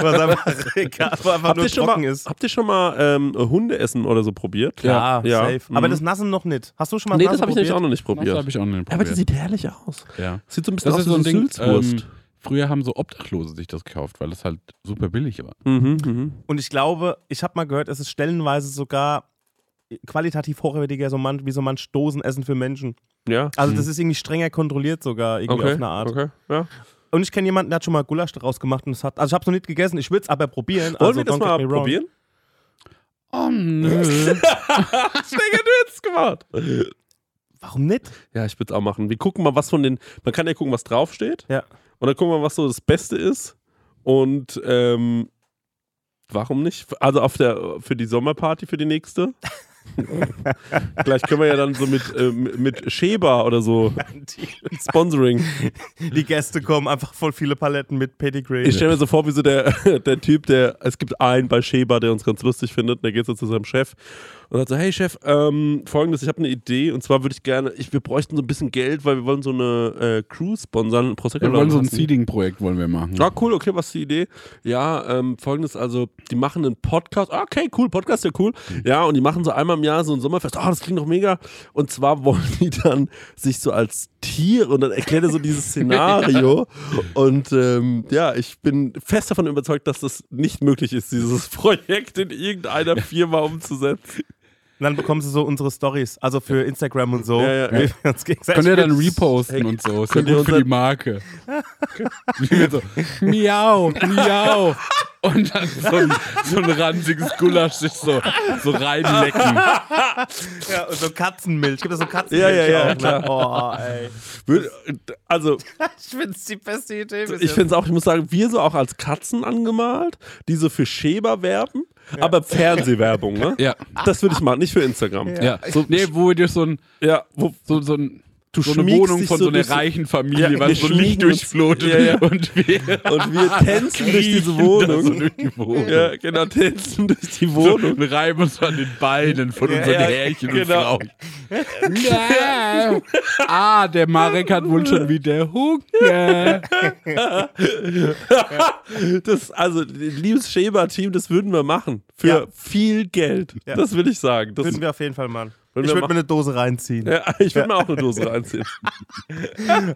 Was einfach, egal, wo einfach habt, nur ihr schon trocken mal, ist. habt ihr schon mal ähm, Hundeessen oder so probiert? Ja, Mhm. Aber das Nassen noch nicht. Hast du schon mal nee, das Nassen habe ich nämlich auch probiert? noch nicht Das probiert. habe ich online probiert. Aber die sieht herrlich aus. ja. Sieht so ein bisschen Das aus ist so ein wie Ding. Ähm, Sülzwurst. früher haben so Obdachlose sich das gekauft, weil es halt super billig war. ähm, mhm, mhm. Und ich glaube, ich habe mal gehört, es ist stellenweise sogar qualitativ hochwertiger, so man, wie so manch Dosenessen für Menschen. Ja. Also das ist irgendwie strenger kontrolliert sogar, Mhm. irgendwie Okay. auf eine Art. okay. Ja. Und ich kenne jemanden, der hat schon mal Gulasch daraus gemacht und es hat, also ich habe es noch nicht gegessen, ich würde es aber probieren. Wollen also wir das don't get mal me wrong. probieren? Oh nö. Digga, du hättest gemacht. Warum nicht? Ja, ich würde es auch machen. Wir gucken mal, was von den. Man kann ja gucken, was draufsteht. Ja. Und dann gucken wir, was so das Beste ist. Und ähm, warum nicht? Also auf der, für die Sommerparty, für die nächste. Gleich können wir ja dann so mit, äh, mit Schäber oder so Die, Sponsoring. die Gäste kommen, einfach voll viele Paletten mit Pedigree. Ich stelle mir so vor, wie so der, der Typ, der, es gibt einen bei Schäber, der uns ganz lustig findet, und der geht so zu seinem Chef und sagt so, hey Chef, ähm, folgendes, ich habe eine Idee und zwar würde ich gerne, ich, wir bräuchten so ein bisschen Geld, weil wir wollen so eine äh, Crew sponsern. Prosecco Wir wollen so ein lassen. Seeding-Projekt wollen wir machen. Ah, cool, okay, was ist die Idee? Ja, ähm, folgendes, also, die machen einen Podcast. Ah, Okay, cool, Podcast, ja cool. Ja, und die machen so einmal im Jahr so ein Sommerfest. Ah, das klingt doch mega. Und zwar wollen die dann sich so als Tier und dann erklärt er so dieses Szenario. Und ähm, ja, ich bin fest davon überzeugt, dass das nicht möglich ist, dieses Projekt in irgendeiner Firma umzusetzen. Und dann bekommen sie so unsere Stories, also für Instagram und so. Ja, ja. Wie wir uns gegenseitig Könnt ihr dann mit- reposten und so. Ist ja könnt ihr gut für unser- die Marke. Wie wir so, miau, miau. und dann so ein, so ein ranziges Gulasch sich so, so reinlecken. Ja, und so Katzenmilch. Gibt es so Ja, Katzenmilch? ja, ja, auch, ne? klar. Oh, ey. Wür- Also, Ich finde es die beste Idee. bis ich jetzt. finde es auch, ich muss sagen, wir so auch als Katzen angemalt, die so für Schäber werben, aber Fernsehwerbung, ne? Ja. Das würde ich machen, nicht für Instagram. Ja. nee, wo dir so ein, Ja, wo, so, so ein Du so eine schmiegst Wohnung dich von so so, einer durch so- reichen Familie, Ja, weil wir so schmiegen Licht durchflutet uns- Ja, ja. und wir und wir tänzen durch diese da so Wohnung. durch die Wohnung. Ja, genau, tänzen durch die So, Wohnung. und reiben uns an den Beinen von unseren ja, Härchen genau. und Frauen. ah, der Marek hat wohl schon wieder Hunger. Das, also, liebes Schäber-Team, das würden wir machen. Für Ja. viel Geld. Ja. Das will ich sagen. Das, Würden wir auf jeden Fall machen. Würden ich wir würde mir machen. eine Dose reinziehen. ja, ich würde mir auch eine Dose reinziehen.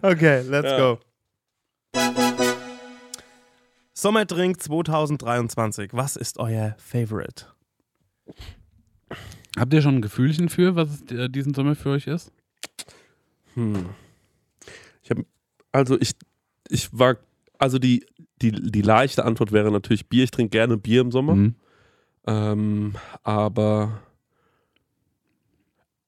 Okay, let's Ja. go. Sommerdrink 2023. Was ist euer Favorite? Habt ihr schon ein Gefühlchen für, was es äh, diesen Sommer für euch ist? Hm. Ich hab, also, ich, ich war. Also, die, die, die leichte Antwort wäre natürlich Bier. Ich trinke gerne Bier im Sommer. Hm? Ähm, aber.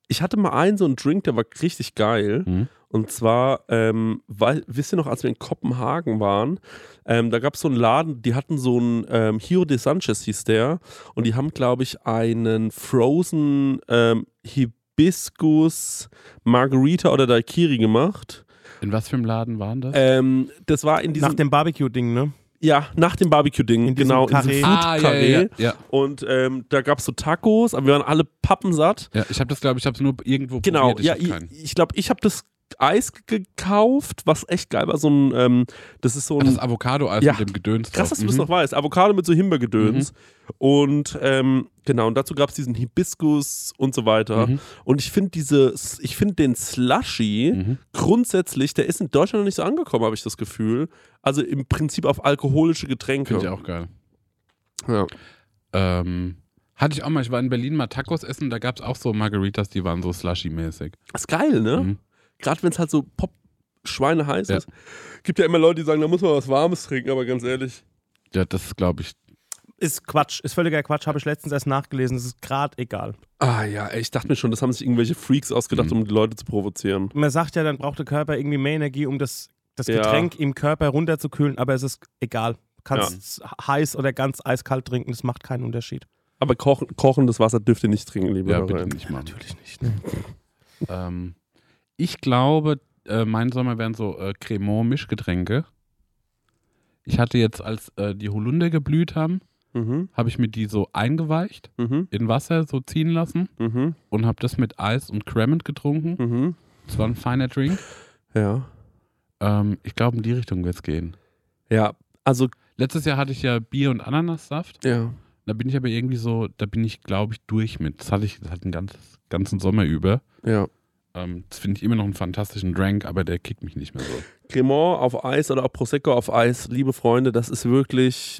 Ich hatte mal einen so einen Drink, der war richtig geil. Mhm. Und zwar, ähm, weil, wisst ihr noch, als wir in Kopenhagen waren, ähm, da gab es so einen Laden, die hatten so einen ähm, Hiro de Sanchez hieß der. Und die haben, glaube ich, einen Frozen ähm, Hibiskus Margarita oder Daikiri gemacht. In was für einem Laden waren das? Ähm, das war in diesem, Nach dem Barbecue-Ding, ne? ja, nach dem Barbecue-Ding, In diesem genau, in Carré. diesem Food Ah, ja, Carré. ja, ja, ja. Und ähm, da gab es so Tacos, aber wir waren alle pappensatt. ja, ich habe das, glaube ich, habe es nur irgendwo Genau, probiert. ja, Ich hab ich glaube, keinen. ich, glaub, ich habe das Eis gekauft, was echt geil war. So ein, ähm, das ist so Ah, ein das Avocado-Eis Ja. mit dem Gedöns Krass, dass drauf. Mhm. du das noch weißt. Avocado mit so Himbeergedöns. Und ähm, genau, und dazu gab es diesen Hibiskus und so weiter. Mhm. Und ich finde diese, ich finde den Slushy Mhm. grundsätzlich, der ist in Deutschland noch nicht so angekommen, habe ich das Gefühl. Also im Prinzip auf alkoholische Getränke. Finde ich auch geil. Ja. Ähm, hatte ich auch mal, ich war in Berlin mal Tacos essen, da gab es auch so Margaritas, die waren so slushy-mäßig. Ist geil, ne? Mhm. Gerade wenn es halt so Pop Schweine heiß Ja. ist. Gibt ja immer Leute, die sagen, da muss man was Warmes trinken, aber ganz ehrlich. Ja, das glaube ich. Ist Quatsch, ist völliger Quatsch, habe ich letztens erst nachgelesen, es ist grad egal. Ah ja, ey, ich dachte mir schon, das haben sich irgendwelche Freaks ausgedacht, um die Leute zu provozieren. Man sagt ja, dann braucht der Körper irgendwie mehr Energie, um das, das Ja. Getränk im Körper runterzukühlen, aber es ist egal. Kannst heiß oder ganz eiskalt trinken, das macht keinen Unterschied. Aber kochen, kochendes Wasser dürft ihr nicht trinken, liebe Ja, Hörer. bitte nicht mal. Natürlich nicht. ne? Ähm, ich glaube, äh, mein Sommer wären so äh, Cremant-Mischgetränke. Ich hatte jetzt, als äh, die Holunder geblüht haben, Mhm, habe ich mir die so eingeweicht, mhm, in Wasser so ziehen lassen mhm, und habe das mit Eis und Cremant getrunken. mhm. Das war ein feiner Drink. Ja. Ähm, ich glaube, in die Richtung wird es gehen. Ja, also, Letztes Jahr hatte ich ja Bier und Ananassaft. ja. Da bin ich aber irgendwie so, da bin ich, glaube ich, durch mit. Das hatte ich das hat den ganzen, ganzen Sommer über. Ja. Ähm, das finde ich immer noch einen fantastischen Drank, aber der kickt mich nicht mehr so. Cremant auf Eis oder auch Prosecco auf Eis, liebe Freunde, das ist wirklich.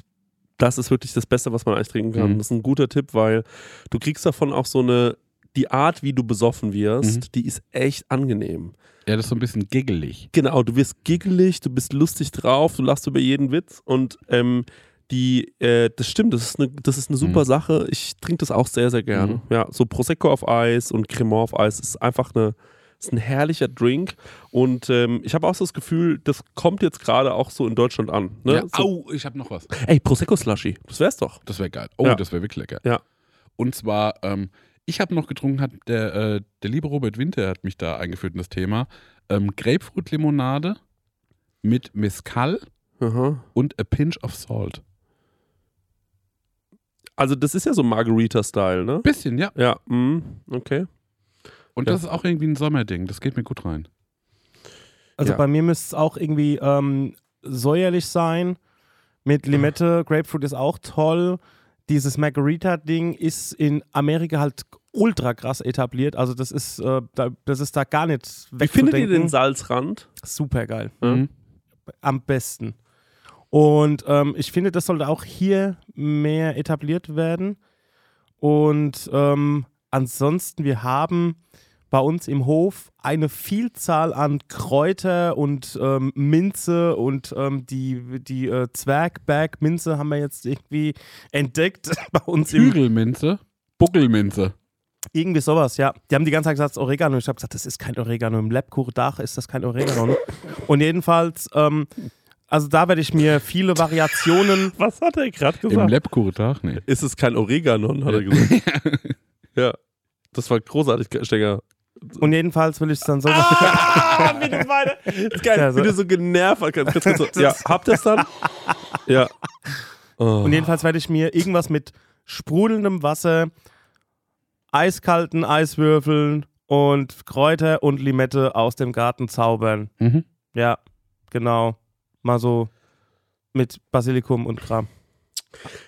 Das ist wirklich das Beste, was man eigentlich trinken kann. Mhm. Das ist ein guter Tipp, weil du kriegst davon auch so eine, die Art, wie du besoffen wirst, Mhm. die ist echt angenehm. Ja, das ist so ein bisschen giggelig. Genau, du wirst giggelig, du bist lustig drauf, du lachst über jeden Witz und ähm, die, äh, das stimmt, das ist eine, das ist eine super Mhm. Sache. Ich trinke das auch sehr, sehr gerne. Mhm. Ja, so Prosecco auf Eis und Cremant auf Eis ist einfach eine, ist ein herrlicher Drink und ähm, ich habe auch so das Gefühl, das kommt jetzt gerade auch so in Deutschland an. Ne? Ja, so, Au, ich habe noch was. ey, Prosecco Slushy, das wär's doch. Das wäre geil. Oh, Ja. das wäre wirklich lecker. Ja. Und zwar, ähm, ich habe noch getrunken, hat der, äh, der liebe Robert Winter hat mich da eingeführt in das Thema. Ähm, Grapefruit-Limonade mit Mescal Aha. und a pinch of salt. Also das ist ja so Margarita-Style, ne? Bisschen, ja. Ja, mh, okay. Und Ja. das ist auch irgendwie ein Sommerding. Das geht mir gut rein. Also Ja. bei mir müsste es auch irgendwie ähm, säuerlich sein. Mit Limette, Grapefruit ist auch toll. Dieses Margarita-Ding ist in Amerika halt ultra krass etabliert. Also das ist, äh, da, das ist da gar nicht Wie findet ihr wegzudenken. den Salzrand? Super geil. Mhm. Am besten. Und ähm, ich finde, das sollte auch hier mehr etabliert werden. Und ähm, ansonsten, wir haben bei uns im Hof eine Vielzahl an Kräuter und ähm, Minze und ähm, die, die äh, Zwergbergminze haben wir jetzt irgendwie entdeckt bei uns im Hügelminze, Buckelminze. Irgendwie sowas, ja. Die haben die ganze Zeit gesagt, es ist Oregano. Ich habe gesagt, das ist kein Oregano. Im Labkuchendach ist das kein Oregano. ne? Und jedenfalls, ähm, also da werde ich mir viele Variationen. Was hat er gerade Im gesagt? Lebkuchetag? Nee. Ist es kein Oregano, hat er gesagt. ja. Das war großartig, Stenger. Und jedenfalls will ich dann sowas. Ah, wie du meine. Ist geil, Ja, so- wie du so genervt warst. So, ja, habt ihr es dann? Ja. Oh. Und jedenfalls werde ich mir irgendwas mit sprudelndem Wasser, eiskalten Eiswürfeln und Kräuter und Limette aus dem Garten zaubern. Mhm. Ja, genau. Mal so mit Basilikum und Kram.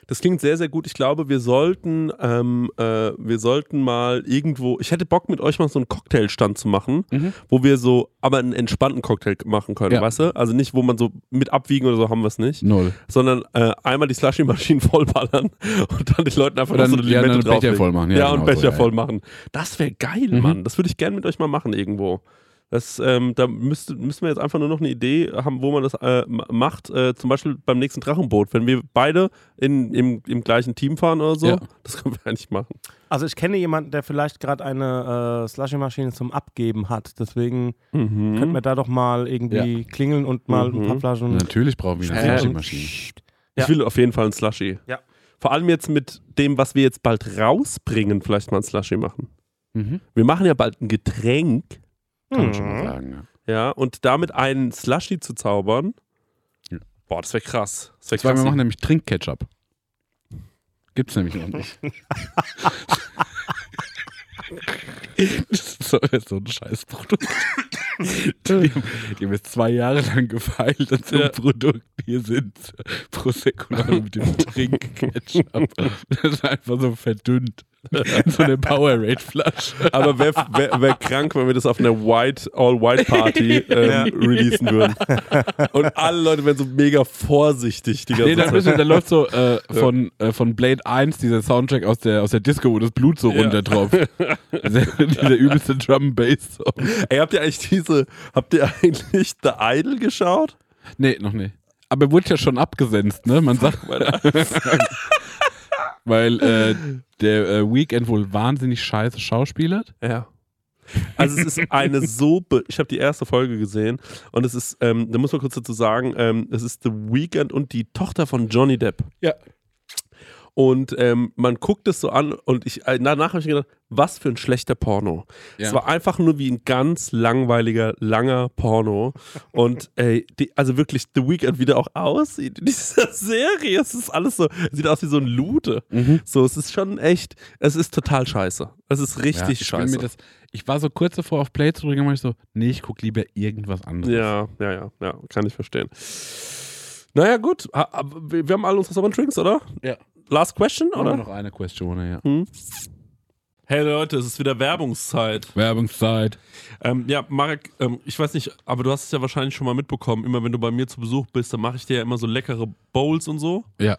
Das klingt sehr, sehr gut. Ich glaube, wir sollten, ähm, äh, wir sollten mal irgendwo. Ich hätte Bock, mit euch mal so einen Cocktailstand zu machen, Mhm. wo wir so, aber einen entspannten Cocktail machen können, Ja. weißt du? Also nicht, wo man so mit abwiegen oder so haben wir es nicht, Null. sondern äh, einmal die Slushy-Maschinen vollballern und dann den Leuten einfach Oder noch so einen- eine ja, Limette einen Becher drauflegen. voll machen. Ja, Ja, und genau so, Becher ja, voll machen. Das wäre geil, Mhm. Mann. Das würde ich gerne mit euch mal machen irgendwo. Das, ähm, da müsste, müssen wir jetzt einfach nur noch eine Idee haben, wo man das äh, ma- macht. Äh, zum Beispiel beim nächsten Drachenboot. Wenn wir beide in, im, im gleichen Team fahren oder so, Ja. das können wir eigentlich machen. Also ich kenne jemanden, der vielleicht gerade eine äh, Slushy-Maschine zum Abgeben hat. Deswegen Mhm. könnten wir da doch mal irgendwie klingeln und mal ein paar Mhm. Flaschen. Natürlich brauchen wir eine Äh, Sushi-Maschine. Ich Ja. will auf jeden Fall einen Slushy. Ja. Vor allem jetzt mit dem, was wir jetzt bald rausbringen, vielleicht mal einen Slushy machen. Mhm. Wir machen ja bald ein Getränk, Kann man schon Mhm. mal sagen. Ja. ja, und damit einen Slushy zu zaubern. Ja. Boah, das wäre krass. Das wäre Zwei, krass. wir machen nämlich Trinkketchup. Gibt's nämlich noch nicht. Das ist so, so ein Scheißprodukt. Die, haben- die haben jetzt zwei Jahre lang gefeilt an so einem Ja. Produkt. Hier sind Prosecco mit dem Trinkketchup. Das ist einfach so verdünnt. So eine Powerade-Flasche. Aber wäre wär, wär krank, wenn wir das auf einer White, All-White-Party ähm, Ja. releasen würden. Und alle Leute wären so mega vorsichtig die ganze Nee, da, Zeit. müssen, da läuft so äh, von, äh, von Blade 1 dieser Soundtrack aus der, aus der Disco, wo das Blut so Ja. runtertropft. Dieser, dieser übelste Drum Bass. Song. Ey, habt ihr eigentlich diese, habt ihr eigentlich The Idol geschaut? Nee, noch nicht. Aber wurde ja schon abgesenzt, ne? Man sagt, weil äh, der äh, Weekend wohl wahnsinnig scheiße schauspielert. Ja. Also es ist eine so, be ich habe die erste Folge gesehen und es ist, ähm, da muss man kurz dazu sagen, ähm, es ist The Weeknd und die Tochter von Johnny Depp. Ja. Und ähm, man guckt es so an und ich, äh, danach habe ich mir gedacht, was für ein schlechter Porno. Ja. Es war einfach nur wie ein ganz langweiliger, langer Porno. Und ey, die, also wirklich The Weeknd wieder auch aussieht in dieser Serie. Es ist alles so, sieht aus wie so ein Lude. Mhm. So, es ist schon echt, es ist total scheiße. Es ist Ja, richtig ich bin scheiße. Mir das, ich war so kurz davor, auf Play zu drücken, aber ich so, nee, ich guck lieber irgendwas anderes. Ja, ja, ja, ja, kann ich verstehen. Naja, gut, ha- aber wir wir haben alle unsere Summer Drinks, oder? Ja. Last question, Oder oder? noch eine Question, ja. Hey Leute, es ist wieder Werbungszeit. Werbungszeit. Ähm, ja, Marek, ähm, ich weiß nicht, aber du hast es ja wahrscheinlich schon mal mitbekommen. Immer wenn du bei mir zu Besuch bist, dann mache ich dir ja immer so leckere Bowls und so. Ja.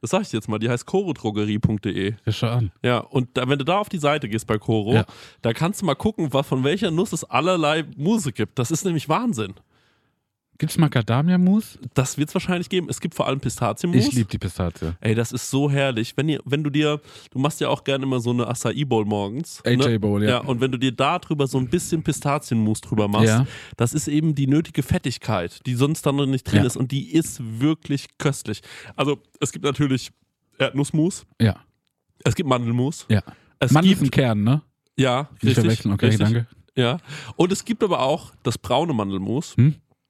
Das sag ich jetzt mal, die heißt korodrogerie.de. Ja, schau an. Ja, und da, wenn du da auf die Seite gehst bei Koro, Ja. da kannst du mal gucken, was, von welcher Nuss es allerlei Muse gibt. Das ist nämlich Wahnsinn. Gibt's Macadamia-Mus? Das wird es wahrscheinlich geben. Es gibt vor allem Pistazienmus. Ich liebe die Pistazie. Ey, das ist so herrlich. Wenn, ihr, wenn du dir, du machst ja auch gerne immer so eine Acai Bowl morgens. ne? AJ Bowl, ja. Ja, und wenn du dir da drüber so ein bisschen Pistazienmus drüber machst, Ja. das ist eben die nötige Fettigkeit, die sonst dann noch nicht drin Ja. ist. Und die ist wirklich köstlich. Also, es gibt natürlich Erdnussmus, Ja, es gibt Mandelmus, ja. es Mann ist ein gibt, Kern, ne? ja, Nicht richtig, verwechseln, okay, richtig, danke. Ja, und es gibt aber auch das braune Mandelmus.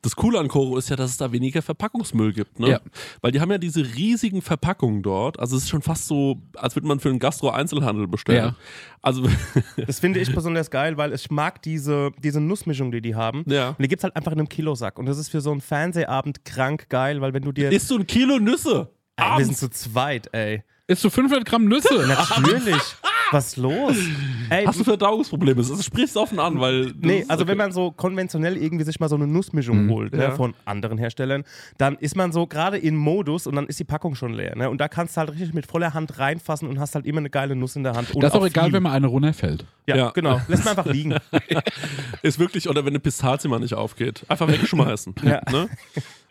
Das Coole an Koro ist ja, dass es da weniger Verpackungsmüll gibt, ne? Ja. Weil die haben ja diese riesigen Verpackungen dort. Also es ist schon fast so, als würde man für einen Gastro-Einzelhandel bestellen. Ja. Also Das finde ich besonders geil, weil ich mag diese, diese Nussmischung, die die haben. Ja. Und die gibt es halt einfach in einem Kilosack. Und das ist für so einen Fernsehabend krank geil, weil wenn du dir... isst du ein Kilo Nüsse. Ey, wir abends. sind zu zweit, ey. Isst du 500 Gramm Nüsse? Natürlich. Was ist los? Ey, Hast du Verdauungsprobleme? Das ist- Sprich's offen an, weil. das Nee, ist- also wenn man so konventionell irgendwie sich mal so eine Nussmischung holt ne, Ja. von anderen Herstellern, dann ist man so gerade in Modus und dann ist die Packung schon leer. Ne? Und da kannst du halt richtig mit voller Hand reinfassen und hast halt immer eine geile Nuss in der Hand. Und Das ist auch egal, viel. wenn mal eine runterfällt. Ja, Ja. genau. Lässt man einfach liegen. Ist wirklich, oder wenn eine Pistazie mal nicht aufgeht, einfach wegschmeißen. ja. Ne?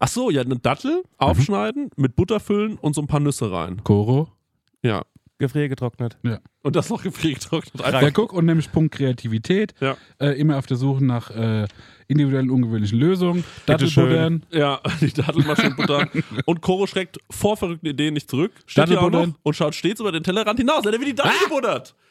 Ach so, ja, eine Dattel Mhm. aufschneiden, mit Butter füllen und so ein paar Nüsse rein. Koro. Ja. Gefriergetrocknet. Ja. Und das noch gefriergetrocknet. ja, Einfach. guck, und nämlich Punkt Kreativität. Ja. Äh, immer auf der Suche nach äh, individuellen, ungewöhnlichen Lösungen. Dattelbuddern. Ja, die Dattel mal schön buttern. Und Koro schreckt vor verrückten Ideen nicht zurück. Steht hier auch noch Dattelbuddern. und schaut stets über den Tellerrand hinaus. Er wird die Dattel gebuddert.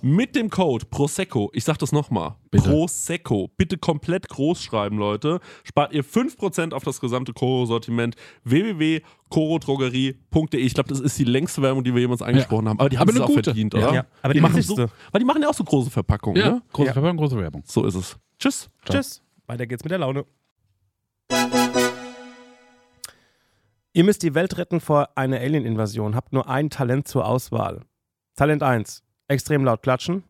mit dem Code Prosecco, ich sag das nochmal, Bitte. Prosecco, bitte komplett groß schreiben, Leute, spart ihr 5% auf das gesamte Koro-Sortiment www.korodrogerie.de. Ich glaube, das ist die längste Werbung, die wir jemals angesprochen haben. Aber die haben Aber es eine auch gute. verdient, Ja. oder? Ja, aber die machen so, wichtigste. Weil die machen ja auch so große Verpackungen, Ja, ne? große Ja. Verpackung, große Werbung. So ist es. Tschüss. Tschüss. Weiter geht's mit der Laune. Ihr müsst die Welt retten vor einer Alien-Invasion. Habt nur ein Talent zur Auswahl. Talent 1. Extrem laut klatschen.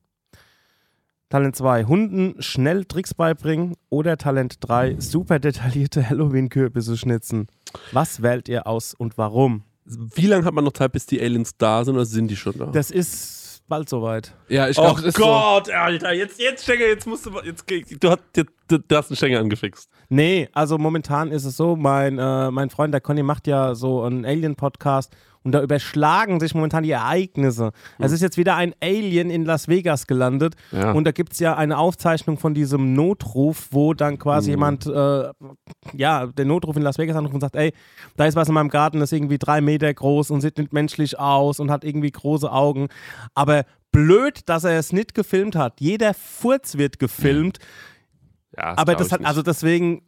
Talent 2. Hunden schnell Tricks beibringen. Oder Talent 3. Super detaillierte Halloween-Kürbisse schnitzen. Was wählt ihr aus und warum? Wie lange hat man noch Zeit, bis die Aliens da sind oder sind die schon da? Das ist bald soweit. Ja, ich Oh glaube, ist so. Gott, Alter, jetzt, jetzt, Stenger, jetzt musst du, jetzt, du, hast, jetzt, du hast einen Stenger angefixt. Nee, also momentan ist es so, mein, äh, mein Freund, der Conny, macht ja so einen Alien-Podcast und da überschlagen sich momentan die Ereignisse. Es ist jetzt wieder ein Alien in Las Vegas gelandet Ja. und da gibt es ja eine Aufzeichnung von diesem Notruf, wo dann quasi jemand, äh, ja, den Notruf in Las Vegas anruft und sagt, ey, da ist was in meinem Garten, das ist irgendwie drei Meter groß und sieht nicht menschlich aus und hat irgendwie große Augen. Aber blöd, dass er es nicht gefilmt hat. Jeder Furz wird gefilmt. Ja, Aber glaub das ich hat, nicht. also deswegen.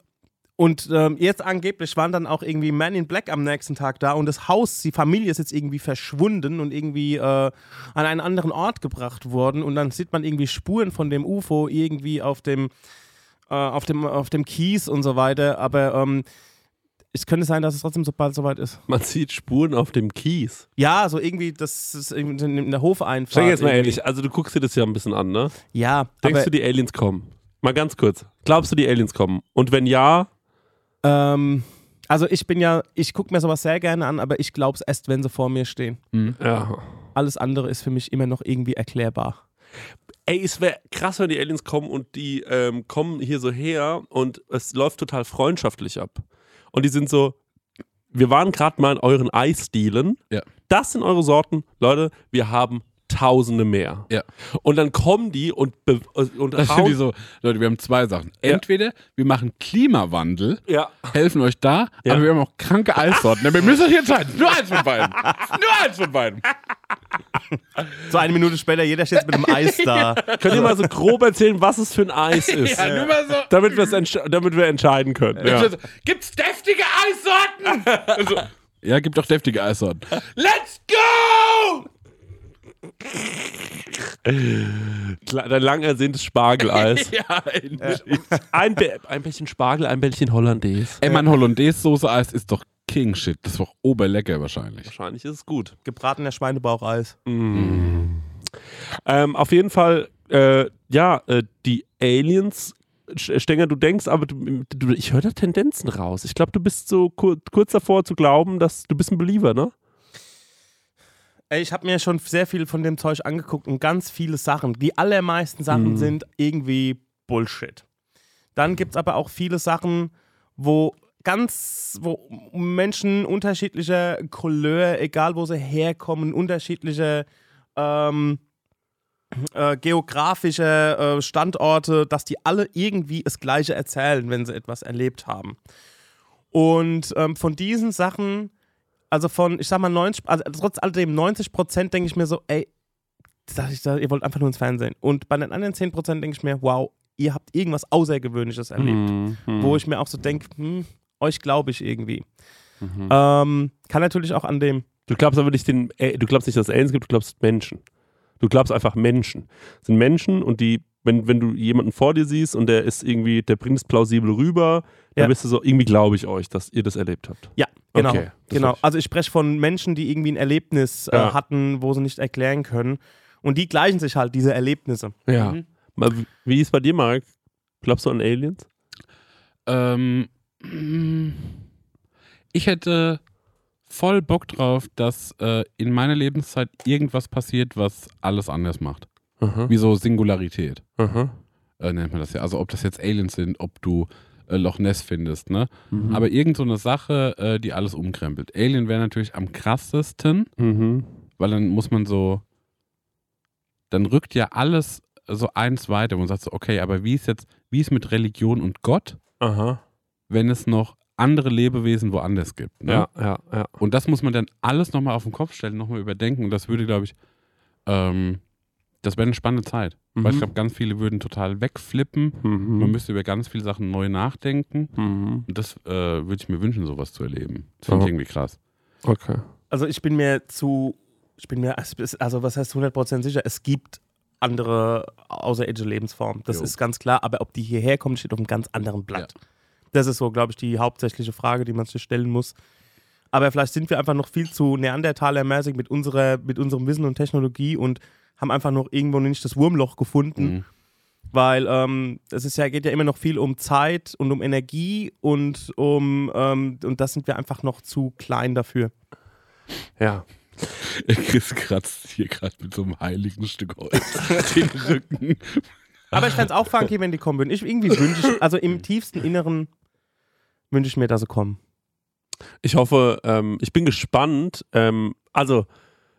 Und ähm, jetzt angeblich waren dann auch irgendwie Man in Black am nächsten Tag da und das Haus, die Familie ist jetzt irgendwie verschwunden und irgendwie äh, an einen anderen Ort gebracht worden und dann sieht man irgendwie Spuren von dem UFO irgendwie auf dem, äh, auf dem, auf dem Kies und so weiter. Aber ähm, es könnte sein, dass es trotzdem so bald soweit ist. Man sieht Spuren auf dem Kies. Ja, so irgendwie, das ist irgendwie in der Hofeinfahrt. Sag jetzt mal irgendwie. ehrlich, also du guckst dir das ja ein bisschen an, ne? Ja, Denkst aber, du, die Aliens kommen? Mal ganz kurz. Glaubst du, die Aliens kommen? Und wenn ja, ähm, also ich bin ja, ich gucke mir sowas sehr gerne an, aber ich glaub's erst, wenn sie vor mir stehen. ja. alles andere ist für mich immer noch irgendwie erklärbar. Ey, es wäre krass, wenn die Aliens kommen und die ähm, kommen hier so her und es läuft total freundschaftlich ab. Und die sind so, wir waren gerade mal in euren Eisdielen. Ja. Das sind eure Sorten. Leute, wir haben tausende mehr. Ja. Und dann kommen die und, be- äh, und Das sind die so, Leute, wir haben zwei Sachen. Ja. Entweder wir machen Klimawandel, Ja. helfen euch da, Ja. aber wir haben auch kranke Eissorten. Wir müssen euch entscheiden. Nur eins von beiden. Nur eins von beiden. So eine Minute später, jeder steht mit einem Eis da. Könnt ihr mal so grob erzählen, was es für ein Eis ist? Ja, nur mal so. Damit, wir's entsch- damit wir entscheiden können. Ja. Also, Gibt's deftige Eissorten? Also, ja, gibt auch deftige Eissorten. Let's go! Kla- Dein lang ersehntes Spargeleis. Ja, endlich. ein, Bä- ein bisschen Spargel, ein bisschen Hollandaise. Ey, man, Hollandaise-Soße-Eis ist doch King Shit. Das ist doch oberlecker wahrscheinlich. Wahrscheinlich ist es gut. Mm. Gebratener Schweinebauch-Eis. Mm. Ähm, auf jeden Fall äh, ja, äh, die Aliens. Sch- Stenger, du denkst, aber du, du, ich höre da Tendenzen raus. Ich glaube, du bist so kur kurz davor zu glauben, dass du bist ein Believer, ne? Ey, ich habe mir schon sehr viel von dem Zeug angeguckt und ganz viele Sachen. Die allermeisten Sachen Mhm. sind irgendwie Bullshit. Dann gibt es aber auch viele Sachen, wo ganz, wo Menschen unterschiedlicher Couleur, egal wo sie herkommen, unterschiedlicher ähm, äh, geografischer äh, Standorte, dass die alle irgendwie das Gleiche erzählen, wenn sie etwas erlebt haben. Und ähm, von diesen Sachen also von, ich sag mal, 90, also trotz alledem 90 Prozent denke ich mir so, ey, sag ich da, ihr wollt einfach nur ins Fernsehen. Und bei den anderen 10 Prozent denke ich mir, wow, ihr habt irgendwas Außergewöhnliches erlebt. Wo ich mir auch so denke, hm, euch glaube ich irgendwie. Mhm. Hm. Ähm, kann natürlich auch an dem, Du glaubst aber nicht den, äh, du glaubst nicht, dass es Aliens gibt, du glaubst Menschen. Du glaubst einfach Menschen. Es sind Menschen und die, wenn, wenn du jemanden vor dir siehst und der ist irgendwie, der bringt es plausibel rüber, Ja. dann bist du so, irgendwie glaube ich euch, dass ihr das erlebt habt. ja, genau. Okay, das genau. hab ich. Also ich spreche von Menschen, die irgendwie ein Erlebnis äh, Ja. hatten, wo sie nicht erklären können. Und die gleichen sich halt, diese Erlebnisse. Ja. Mhm. Mal, wie- wie ist bei dir, Marc? Glaubst du an Aliens? Ähm, mm, ich hätte voll Bock drauf, dass äh, in meiner Lebenszeit irgendwas passiert, was alles anders macht. Aha. Wie so Singularität Aha. äh, nennt man das ja. Also ob das jetzt Aliens sind, ob du äh, Loch Ness findest, ne? Mhm. Aber irgend so eine Sache, äh, die alles umkrempelt. Alien wäre natürlich am krassesten, Mhm. weil dann muss man so, dann rückt ja alles so eins weiter und sagt so, okay, aber wie ist jetzt, wie ist mit Religion und Gott, Aha. wenn es noch andere Lebewesen woanders gibt? Ne? Ja, ja, ja. Und das muss man dann alles nochmal auf den Kopf stellen, nochmal überdenken. Und das würde, glaube ich, ähm, das wäre eine spannende Zeit. Weil ich Mhm. glaube, ganz viele würden total wegflippen. Mhm. Man müsste über ganz viele Sachen neu nachdenken. mhm. Und das äh, würde ich mir wünschen, sowas zu erleben. Das finde ich Ja. irgendwie krass. Okay. Also ich bin mir zu, ich bin mir, also was heißt 100% sicher, es gibt andere außerirdische Lebensformen, das Jo. ist ganz klar, aber ob die hierher kommen, steht auf einem ganz anderen Blatt. Das ist so, glaube ich, die hauptsächliche Frage, die man sich stellen muss. Aber vielleicht sind wir einfach noch viel zu Neandertaler-mäßig mit, unserer, mit unserem Wissen und Technologie und haben einfach noch irgendwo nicht das Wurmloch gefunden, Mhm. weil ähm, es ist ja, geht ja immer noch viel um Zeit und um Energie und um, ähm, und das sind wir einfach noch zu klein dafür. Ja. Chris kratzt hier gerade mit so einem heiligen Stück Holz den Rücken. Aber ich fände es auch funky, wenn die kommen würden. Ich irgendwie wünsche ich, also im tiefsten Inneren wünsche ich mir, dass sie kommen. Ich hoffe, ähm, ich bin gespannt. Ähm, also,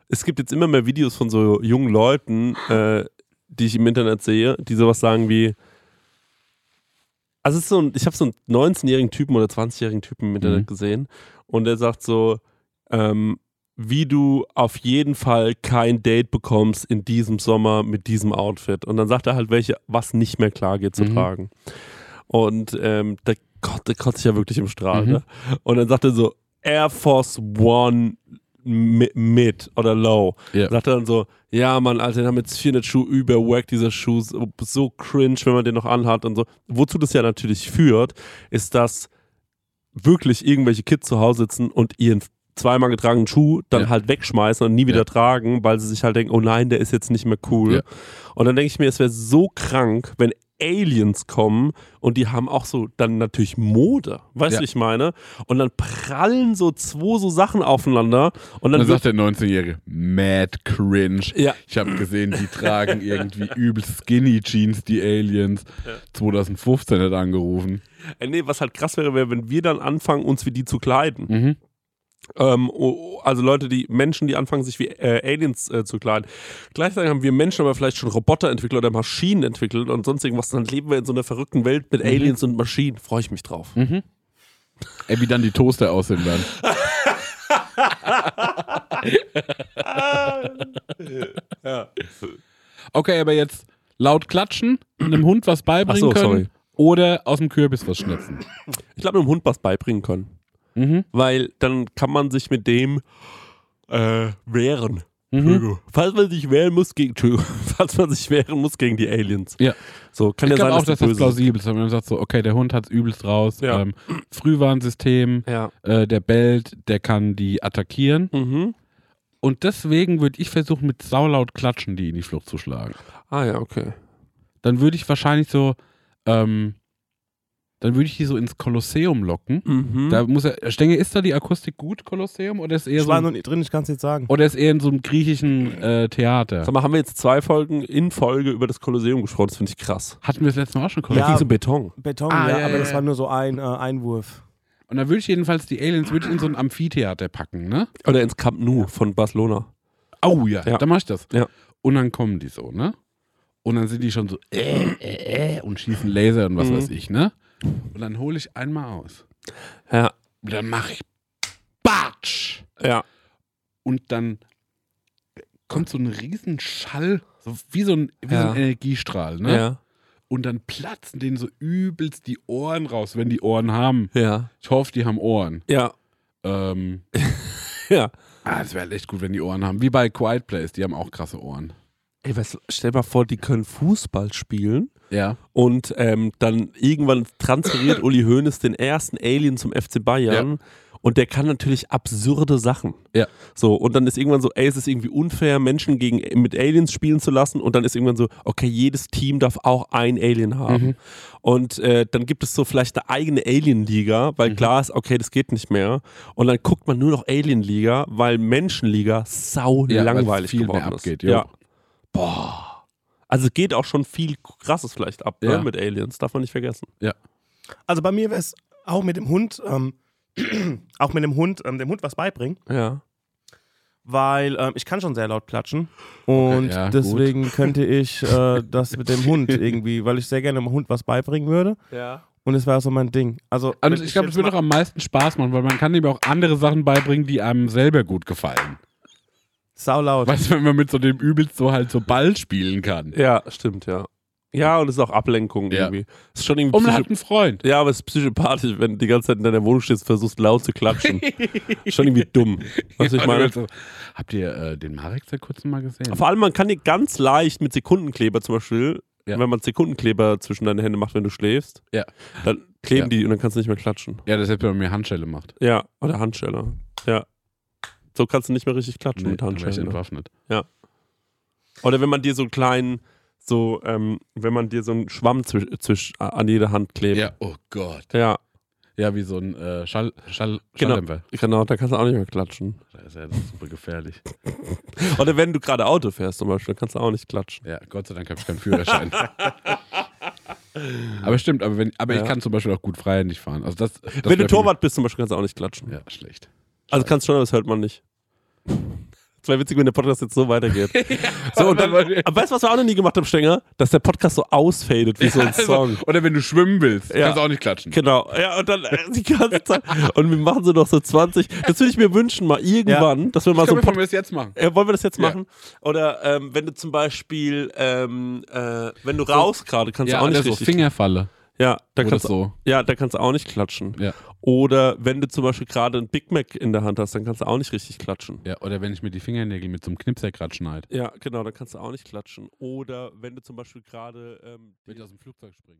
es gibt jetzt immer mehr Videos von so jungen Leuten, äh, die ich im Internet sehe, die sowas sagen wie. Also, es ist so ein, ich habe so einen 19-jährigen Typen oder 20-jährigen Typen im Internet Mhm. gesehen und der sagt so, ähm, wie du auf jeden Fall kein Date bekommst in diesem Sommer mit diesem Outfit. Und dann sagt er halt, welche, was nicht mehr klar geht zu Mhm. tragen. Und ähm, der, Gott, der kotzt sich ja wirklich im Strahl. Mhm. Ne? Und dann sagt er so, Air Force One mi- mid oder low. Ja. Sagt er dann so, ja Mann, Alter, den haben jetzt 400 Schuhe überwackt, dieser Schuh, ist so cringe, wenn man den noch anhat und so. Wozu das ja natürlich führt, ist, dass wirklich irgendwelche Kids zu Hause sitzen und ihren zweimal getragenen Schuh dann Ja. halt wegschmeißen und nie wieder Ja. tragen, weil sie sich halt denken, oh nein, der ist jetzt nicht mehr cool. Ja. Und dann denke ich mir, es wäre so krank, wenn Aliens kommen und die haben auch so dann natürlich Mode, weißt Ja. du, wie ich meine? Und dann prallen so zwei so Sachen aufeinander und dann, Dann wird, sagt der 19-Jährige, mad cringe. Ja. Ich habe gesehen, die tragen irgendwie übel skinny Jeans, die Aliens. 2015 hat er angerufen. Äh, nee, was halt krass wäre, wäre, wenn wir dann anfangen, uns wie die zu kleiden. Mhm. Ähm, o- o- also Leute, die Menschen, die anfangen, sich wie äh, Aliens äh, zu kleiden. Gleichzeitig haben wir Menschen aber vielleicht schon Roboter entwickelt oder Maschinen entwickelt und sonst irgendwas. Dann leben wir in so einer verrückten Welt Mhm. mit Aliens und Maschinen. Freue ich mich drauf. Ey, wie dann die Toaster aussehen werden. Okay, aber jetzt laut klatschen, einem Hund was beibringen Ach so, können sorry. oder aus dem Kürbis was schnitzen. Ich glaube, einem Hund was beibringen können. Mhm. Weil dann kann man sich mit dem äh, wehren. Mhm. Entschuldigung. Falls man sich wehren muss gegen Entschuldigung. falls man sich wehren muss gegen die Aliens. Ja. So, kann Ich ja sein, glaube auch, dass die das böse sind. plausibel ist. Wenn man sagt so, okay, der Hund hat's übelst raus. Ja. Ähm, Frühwarnsystem, Ja. äh, der bellt, der kann die attackieren. Mhm. Und deswegen würde ich versuchen, mit saulaut Klatschen die in die Flucht zu schlagen. Ah ja, okay. Dann würde ich wahrscheinlich so, ähm, dann würde ich die so ins Kolosseum locken. Mhm. Da muss er, Stenge, ist da die Akustik gut, Kolosseum? Oder ist eher Ich so war ein, noch nicht drin, ich kann es nicht sagen. oder ist eher in so einem griechischen äh, Theater? Sag mal, haben wir jetzt zwei Folgen in Folge über das Kolosseum gesprochen? Das finde ich krass. Hatten wir das letzte Mal auch schon Da Ja. Kolosseum? ging es um Beton. Beton, Ah, ja, ja, aber ja, das ja. war nur so ein äh, Einwurf. Und da würde ich jedenfalls die Aliens würde ich in so ein Amphitheater packen, ne? Oder ins Camp Nou von Barcelona. Oh ja, Ja. dann mach ich das. Ja. Und dann kommen die so, ne? Und dann sind die schon so äh, äh, äh, und schießen Laser und was Mhm. weiß ich, ne? Und dann hole ich einmal aus. Ja, Und dann mache ich Batsch! ja. Und dann kommt so ein Riesenschall, so wie so ein, wie so Ja. ein Energiestrahl, ne? Ja, Und dann platzen denen so übelst die Ohren raus, wenn die Ohren haben. ja, Ich hoffe, die haben Ohren. ja, Ähm, ja. ah, das wäre echt gut, wenn die Ohren haben. Wie bei Quiet Place, die haben auch krasse Ohren. Ey, was, stell mal vor, die können Fußball spielen Ja. und ähm, dann irgendwann transferiert Uli Hoeneß den ersten Alien zum FC Bayern. Und der kann natürlich absurde Sachen. Ja. So, und dann ist irgendwann so, ey, es ist irgendwie unfair, Menschen gegen, mit Aliens spielen zu lassen. Und dann ist irgendwann so, okay, jedes Team darf auch ein Alien haben. Mhm. Und äh, dann gibt es so vielleicht eine eigene Alien-Liga, Mhm. weil klar ist, okay, das geht nicht mehr. Und dann guckt man nur noch Alien-Liga, weil Menschenliga sau Ja, weil langweilig viel geworden mehr abgeht, ist. jo. Ja. Boah. Also es geht auch schon viel krasses vielleicht ab Ja. ne, mit Aliens, darf man nicht vergessen. Also bei mir wäre es auch mit dem Hund, ähm, auch mit dem Hund, ähm, dem Hund was beibringen, Ja. weil ähm, ich kann schon sehr laut klatschen und ja, gut. deswegen könnte ich äh, das mit dem Hund irgendwie, weil ich sehr gerne dem Hund was beibringen würde Ja. und es wäre so mein Ding. Also Und wenn ich glaube, jetzt es würde mal- auch am meisten Spaß machen, weil man kann ihm auch andere Sachen beibringen, die einem selber gut gefallen. sau laut. Weißt du, wenn man mit so dem Übelst so halt so Ball spielen kann. Ja, stimmt, ja. Ja, und es ist auch Ablenkung Ja. irgendwie. Es ist schon irgendwie Und man psycho- hat einen Freund. Ja, aber es ist psychopathisch, wenn du die ganze Zeit in deiner Wohnung stehst und versuchst laut zu klatschen. Ist schon irgendwie dumm. Was ich Ja, meine? also, Habt ihr äh, den Marek seit kurzem mal gesehen? Vor allem, man kann dir ganz leicht mit Sekundenkleber zum Beispiel, Ja. wenn man Sekundenkleber zwischen deine Hände macht, wenn du schläfst, Ja. dann kleben Ja. die und dann kannst du nicht mehr klatschen. Ja, das hätte bei mir Handschelle gemacht. Ja, oder Handschelle. Ja. So kannst du nicht mehr richtig klatschen mit dann wär ich Handschellen. entwaffnet. Oder wenn man dir so einen kleinen, so, ähm, wenn man dir so einen Schwamm zwisch, zwisch, an jede Hand klebt. Ja, oh Gott. ja, Ja, wie so ein äh, Schall, Schall, Genau. Schalldämpfer. genau, da kannst du auch nicht mehr klatschen. Das ist ja super gefährlich. Oder wenn du gerade Auto fährst zum Beispiel, kannst du auch nicht klatschen. Ja, Gott sei Dank habe ich keinen Führerschein. aber stimmt, aber, wenn, aber Ja. ich kann zum Beispiel auch gut freihändig fahren. Also das, das wenn du wär für Torwart bist zum Beispiel, kannst du auch nicht klatschen. mich- Ja, schlecht. Also kannst schon, aber das hört man nicht. Es wäre witzig, wenn der Podcast jetzt so weitergeht. so, und dann, aber weißt du, was wir auch noch nie gemacht haben, Stenger? Dass der Podcast so ausfadet wie so ein Also, Song. Oder wenn du schwimmen willst, Ja. kannst du auch nicht klatschen. Genau, ja, und dann äh, die ganze Zeit. Und wir machen so noch so 20. Das würde ich mir wünschen, mal irgendwann, dass wir mal so Können einen wir Podcast. wir das jetzt machen? Äh, wollen wir das jetzt Ja. machen? Oder ähm, wenn du zum Beispiel, ähm, äh, wenn du raus gerade, kannst du auch oder nicht so richtig. Fingerfalle. ja, da Oder kannst du so. ja, da kannst du auch nicht klatschen. Ja. Oder wenn du zum Beispiel gerade einen Big Mac in der Hand hast, dann kannst du auch nicht richtig klatschen. ja. Oder wenn ich mir die Fingernägel mit so einem Knipser gerade schneide. Ja, genau, dann kannst du auch nicht klatschen. Oder wenn du zum Beispiel gerade ähm, Wenn ich aus dem Flugzeug springe.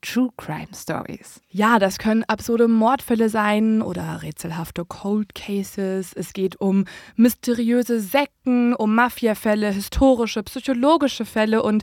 True Crime Stories. ja, das können absurde Mordfälle sein oder rätselhafte Cold Cases. Es geht um mysteriöse Sekten, um Mafiafälle, historische, psychologische Fälle und